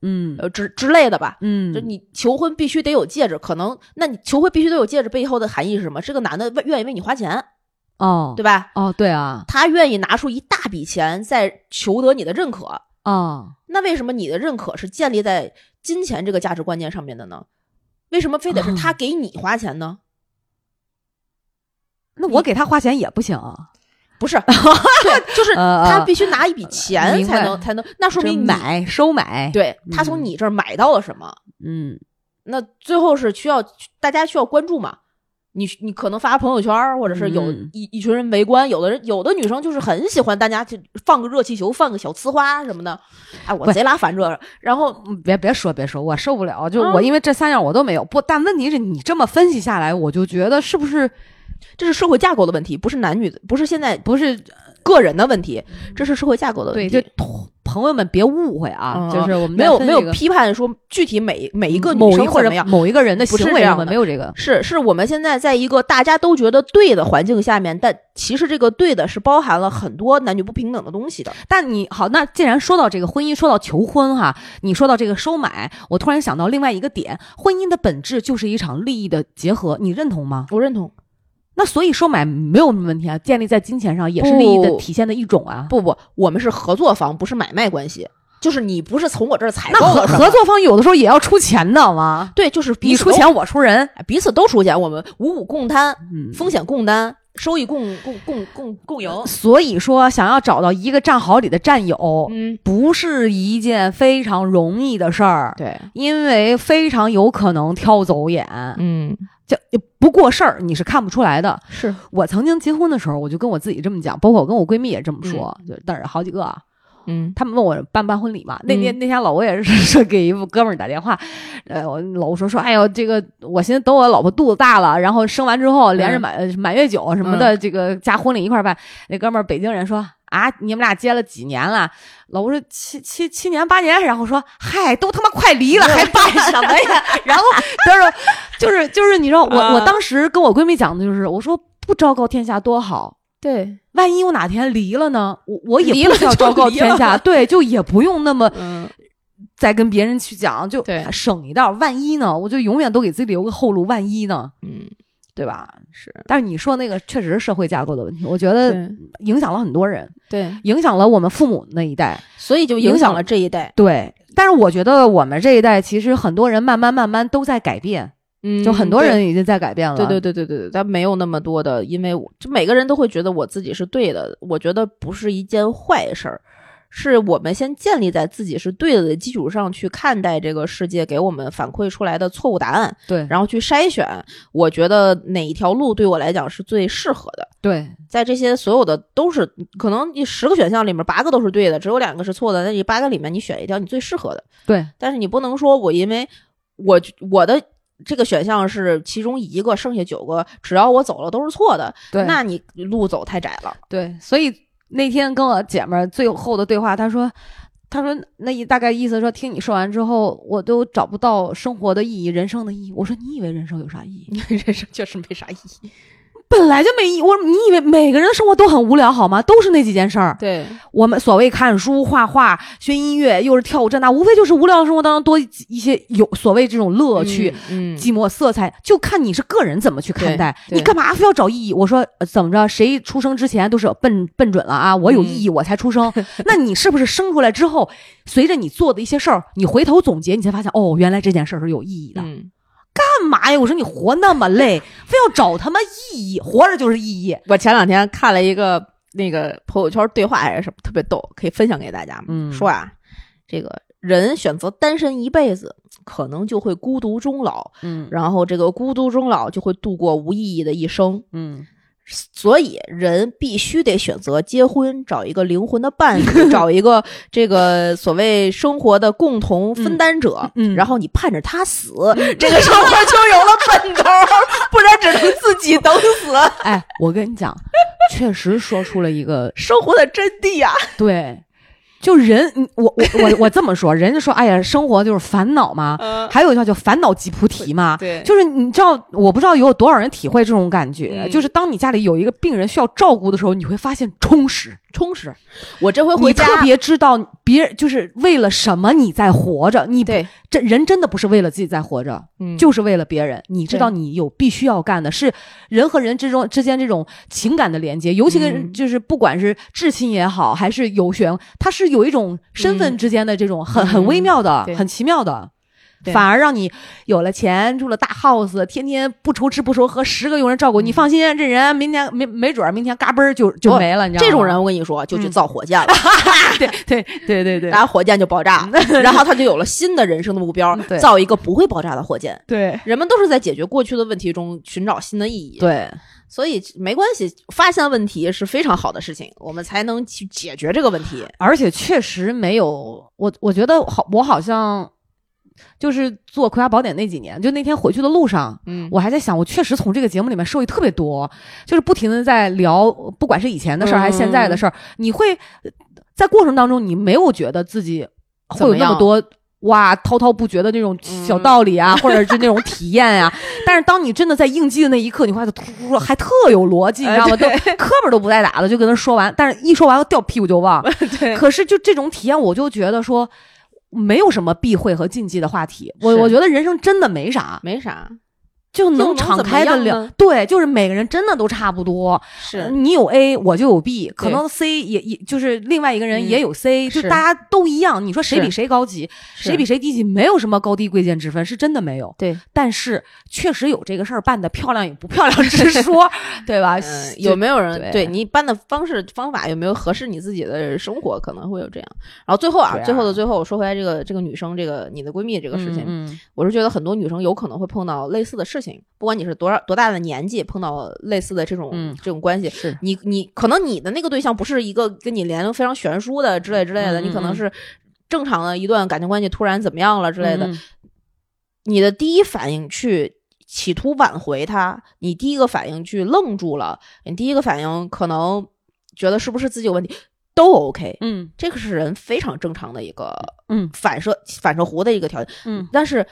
C: 嗯
A: 呃之之类的吧。
C: 嗯，
A: 就你求婚必须得有戒指，可能那你求婚必须得有戒指背后的含义是什么？这个男的为愿意为你花钱，
C: 哦
A: 对吧？
C: 哦对啊
A: 他愿意拿出一大笔钱在求得你的认可，
C: 哦
A: 那为什么你的认可是建立在金钱这个价值观念上面的呢？为什么非得
C: 哦
A: 是他给你花钱呢？
C: 那我给他花钱也不行啊，
A: 不 是，对，就是
C: 呃
A: 他必须拿一笔钱
C: 明
A: 才
C: 白
A: 能才能，那说
C: 这
A: 明你
C: 买收买，，
A: 对他从
C: 嗯
A: 你这儿买到了什么？
C: 嗯
A: 那最后是需要大家需要关注嘛？你你可能发朋友圈儿，或者是有
C: 嗯
A: 一、一群人围观，有的人有的女生就是很喜欢大家去放个热气球，放个小呲花什么的，哎，我
C: 不
A: 贼拉烦这个。然后
C: 嗯别别说别说，我受不了，就
A: 嗯
C: 我因为这三样我都没有。不，但问题是你这么分析下来，我就觉得是不是
A: 这是社会架构的问题，不是男女的，不是现在
C: 不是
A: 个人的问题，这是社会架构的问
C: 对？
A: 题
C: 就。同朋友们别误会啊，
A: 呃嗯
C: 就是我们
A: 没有
C: 在分
A: 没有
C: 这个嗯
A: 批判说具体每每一个女
C: 某
A: 生
C: 一或
A: 怎
C: 者
A: 么样，
C: 某一个人的
A: 不是
C: 行为
A: 这样
C: 上面
A: 的
C: 没有这个，
A: 是是我们现在在一个大家都觉得对的环境下面，但其实这个对的是包含了很多男女不平等的东西的。
C: 但你好，那既然说到这个婚姻，说到求婚哈，你说到这个收买，我突然想到另外一个点，婚姻的本质就是一场利益的结合，你认同吗？
A: 我认同。
C: 那所以收买没有什么问题啊，建立在金钱上也是利益的
A: 不
C: 体现的一种啊。
A: 不不，我们是合作方，不是买卖关系。就是你不是从我这儿采
C: 那
A: 购
C: 合
A: 了什么
C: 合，作方有的时候也要出钱的嘛，
A: 对，就是
C: 你
A: 彼此
C: 出
A: 都，
C: 钱我出人，
A: 哎彼此都出钱，我们五五共摊，
C: 嗯。
A: 风险共担，收益共共共共共赢。
C: 所以说，想要找到一个战壕里的战友，
A: 嗯，
C: 不是一件非常容易的事儿，
A: 对，
C: 因为非常有可能挑走眼。
A: 嗯，
C: 就不过事儿，你是看不出来的。
A: 是
C: 我曾经结婚的时候，我就跟我自己这么讲，包括我跟我闺蜜也这么说，就但是好几个啊，
A: 嗯
C: 他们问我办不办婚礼嘛。那
A: 嗯
C: 天那天老吴也是说给一哥们儿打电话，呃，我老吴说说，哎呦，这个我寻思等我老婆肚子大了，然后生完之后
A: 嗯
C: 连着满、呃满月酒什么的，这个加婚礼一块儿办。那哥们儿北京人说。啊，你们俩结了几年了？老吴说七七七年八年，然后说嗨，都他妈快离了，还 办什么呀？然后他说就是就是，你知道我、
A: 啊
C: 我当时跟我闺蜜讲的就是，我说不昭告天下多好，
A: 对，
C: 万一我哪天离了呢？我我也
A: 离
C: 不
A: 了
C: 需要
A: 就
C: 昭告
A: 离了
C: 天下，对，就也不用那么
A: 嗯
C: 再跟别人去讲，就
A: 对
C: 省一道。万一呢，我就永远都给自己留个后路，万一呢，
A: 嗯
C: 对吧？
A: 是，
C: 但是你说那个确实是社会架构的问题，我觉得
A: 对
C: 影响了很多人，
A: 呃对，
C: 影响了我们父母那一代，
A: 所以就影响了这一代，
C: 对。但是我觉得我们这一代其实很多人慢慢慢慢都在改变，
A: 嗯
C: 就很多。人已经在改变了。
A: 对对对对对对，但没有那么多的，因为我就每个人都会觉得我自己是对的，我觉得不是一件坏事儿，是我们先建立在自己是对的的基础上去看待这个世界给我们反馈出来的错误答案，
C: 对
A: 然后去筛选，我觉得哪一条路对我来讲是最适合的。
C: 对
A: 在这些所有的都是可能，你十个选项里面八个都是对的，只有两个是错的。那你八个里面你选一条你最适合的，
C: 对，
A: 但是你不能说我因为我我的这个选项是其中一个，剩下九个只要我走了都是错的，
C: 对
A: 那你路走太窄了。
C: 对，所以那天跟我姐们儿最后的对话，她说，她说那一大概意思说，听你说完之后，我都找不到生活的意义，人生的意义。我说你以为人生有啥意义？
A: 人生确实没啥意义。
C: 本来就没意义。我说你以为每个人的生活都很无聊好吗？都是那几件事儿。
A: 对，
C: 我们所谓看书、画画、学音乐，又是跳舞这那，无非就是无聊的生活当中多一一些有所谓这种乐
A: 我
C: 趣
A: 去。，嗯
C: 寂寞色彩，就看你是个人怎么去看待。
A: 对对
C: 你干嘛非要找意义？我说、呃怎么着，谁出生之前都是有奔奔准了啊，
A: 嗯
C: 我有意义我才 出生。那你是不是生出来之后，随着你做的一些事儿，你回头总结，你才发现哦，原来这件事儿是有意义的。
A: 嗯，
C: 干嘛呀？我说你活那么累，非要找他妈意义，活着就是意义。
A: 我前两天看了一个那个朋友圈对话还是什么，特别逗，可以分享给大家。
C: 嗯
A: 说啊，这个人选择单身一辈子，可能就会孤独终老，
C: 嗯
A: 然后这个孤独终老就会度过无意义的一生。
C: 嗯
A: 所以人必须得选择结婚，找一个灵魂的伴侣，找一 个这个所谓生活的共同分担者，
C: 嗯嗯嗯
A: 然后你盼着他死， 这 个生活就有了奔头，不然只能自己等 死。
C: 哎，我跟你讲，确实说出了一个
A: 生活的真谛啊！
C: 对，就人，嗯我我我我这么说，人家说，哎呀，生活就是烦恼嘛，
A: 嗯
C: 还有一句话叫烦恼即菩提嘛。
A: 对
C: 就是你知道，我不知道有多少人体会这种感觉，
A: 嗯
C: 就是当你家里有一个病人需要照顾的时候，你会发现充实，
A: 充实。我这回
C: 你
A: 回家，
C: 特别知道别人就是为了什么你在活着，你
A: 对，
C: 这人真的不是为了自己在活着，
A: 嗯
C: 就是为了别人。你知
A: 对
C: 道你有必须要干的是人和人之中之间这种情感的连接，尤其跟
A: 嗯
C: 就是不管是至亲也好，还是有血缘，它是有一种身份之间的这种很、
A: 嗯
C: 很微妙的、
A: 对
C: 很奇妙的。
A: 对
C: 反而让你有了钱，住了大 house，天天不愁吃不愁喝，十个佣人照
A: 嗯
C: 顾、你。放心，这人明天没没准儿明天嘎嘣儿就就
A: 不
C: 没了，你知道
A: 哦
C: 吗？
A: 这种人，我跟你说，就去
C: 嗯
A: 造火箭了，
C: 对，对对对对
A: 然后火箭就爆炸，然后他就有 了新的人生的目标
C: 嗯对，
A: 造一个不会爆炸的火箭。
C: 对
A: 人们都是在解决过去的问题中寻找新的意义，，
C: 对，
A: 所以没关系，发现问题是非常好的事情，我们才能去解决这个问题。
C: 而且确实没有我，我觉得好，我好像就是做《葵花宝典》那几年，就那天回去的路上，
A: 嗯
C: 我还在想，我确实从这个节目里面受益特别多，就是不停的在聊，不管是以前的
A: 嗯
C: 事儿还是现在的事儿，你会呃在过程当中，你没有觉得自己
A: 怎
C: 会有
A: 么
C: 那么
A: 样嗯
C: 多。哇，滔滔不绝的那种小道理啊，或者是那种体验 啊，但是当你真的在应激的那一刻，你会发现突突突还特有逻
A: 呃
C: 辑，你知道吗？都课本都不带打的就跟他说完，但是一说完掉屁股就忘。
A: 对
C: 可是就这种体验，我就觉得说没有什么避讳和禁忌的话题。我
A: 是
C: 我觉得人生真的没啥，
A: 没啥，
C: 就
A: 又
C: 能
A: 能
C: 敞
A: 怎么
C: 开的
A: 样
C: 聊
A: 呢。
C: 对，就是每个人真的都差不多。呃
A: 是
C: 你有 A，我就有 B，可
A: 对
C: 能 C 也也就是另外一个人
A: 嗯
C: 也有 C，、就是大家都一样。你说谁
A: 是
C: 比谁高级，谁比谁低级，没有什么高低贵贱之分，是真的没有。
A: 对？
C: 但是确实有这个事儿办的漂亮与不漂亮之 说，对吧？
A: 嗯，
C: 就
A: 有没有人
C: 对
A: 对你搬的方式方法有没有合适你自己的生活？可能会有这样。然后最后啊
C: 对，啊
A: 最后的最后，我说回来这个这个女生，这个你的闺蜜这个事情，
C: 嗯嗯
A: 我是觉得很多女生有可能会碰到类似的事情，不管你是多少多大的年纪，碰到类似的这种、
C: 嗯
A: 这种关系，
C: 是
A: 你你可能你的那个对象不是一个跟你年龄非常悬殊的之类之类的，
C: 嗯
A: 你可
C: 嗯
A: 能是正常的一段感情关系突然怎么样了之类的，
C: 嗯
A: 你的第一反应去企图挽回他，你第一个反应去愣住了，你第一个反应可能觉得是不是自己有问题，都 OK，
C: 嗯
A: 这个是人非常正常的一个
C: 嗯
A: 反射反射弧的一个条件。
C: 嗯
A: 但是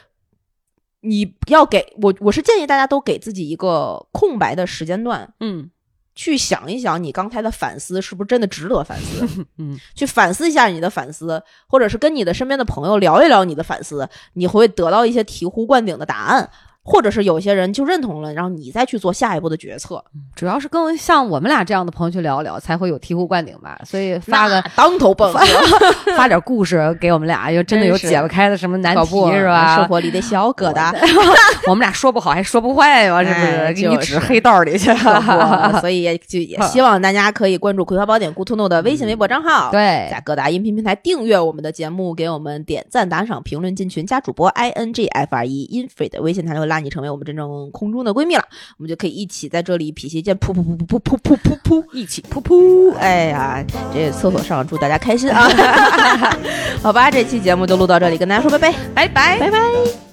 A: 你要给我，我是建议大家都给自己一个空白的时间段，
C: 嗯
A: 去想一想你刚才的反思是不是真的值得反思，
C: 嗯，
A: 去反思一下你的反思，或者是跟你的身边的朋友聊一聊你的反思，你会得到一些醍醐灌顶的答案。或者是有些人就认同了，然后你再去做下一步的决策。
C: 主要是跟像我们俩这样的朋友去聊一聊，才会有醍醐灌顶吧。所以发个
A: 那当头棒喝，
C: 发点故事给我们俩，又真的有
A: 真是
C: 解不开的什么难
A: 搞
C: 题
A: 不啊
C: 是
A: 生
C: 吧？
A: 活里的小疙瘩，
C: 我们俩说不好还说不坏嘛，是不是？
A: 哎
C: 给你
A: 就是
C: 指黑道里去。
A: 可不啊所以也就也希望大家可以关注《葵花宝典》Good to Know 的微信、微博账号。
C: 对
A: 在，各大音频平台订阅我们的节目，给我们点赞、打赏、评论、进群，加主播 i n g f r e infree 的微信，他就会拉你成为我们真正空中的闺蜜了。我们就可以一起在这里脾气见噗噗噗噗噗噗噗噗噗，一起噗噗。哎呀，这厕所上祝大 家开心啊！好吧，这期节目就录到这里，跟大家说拜拜，拜拜，拜拜。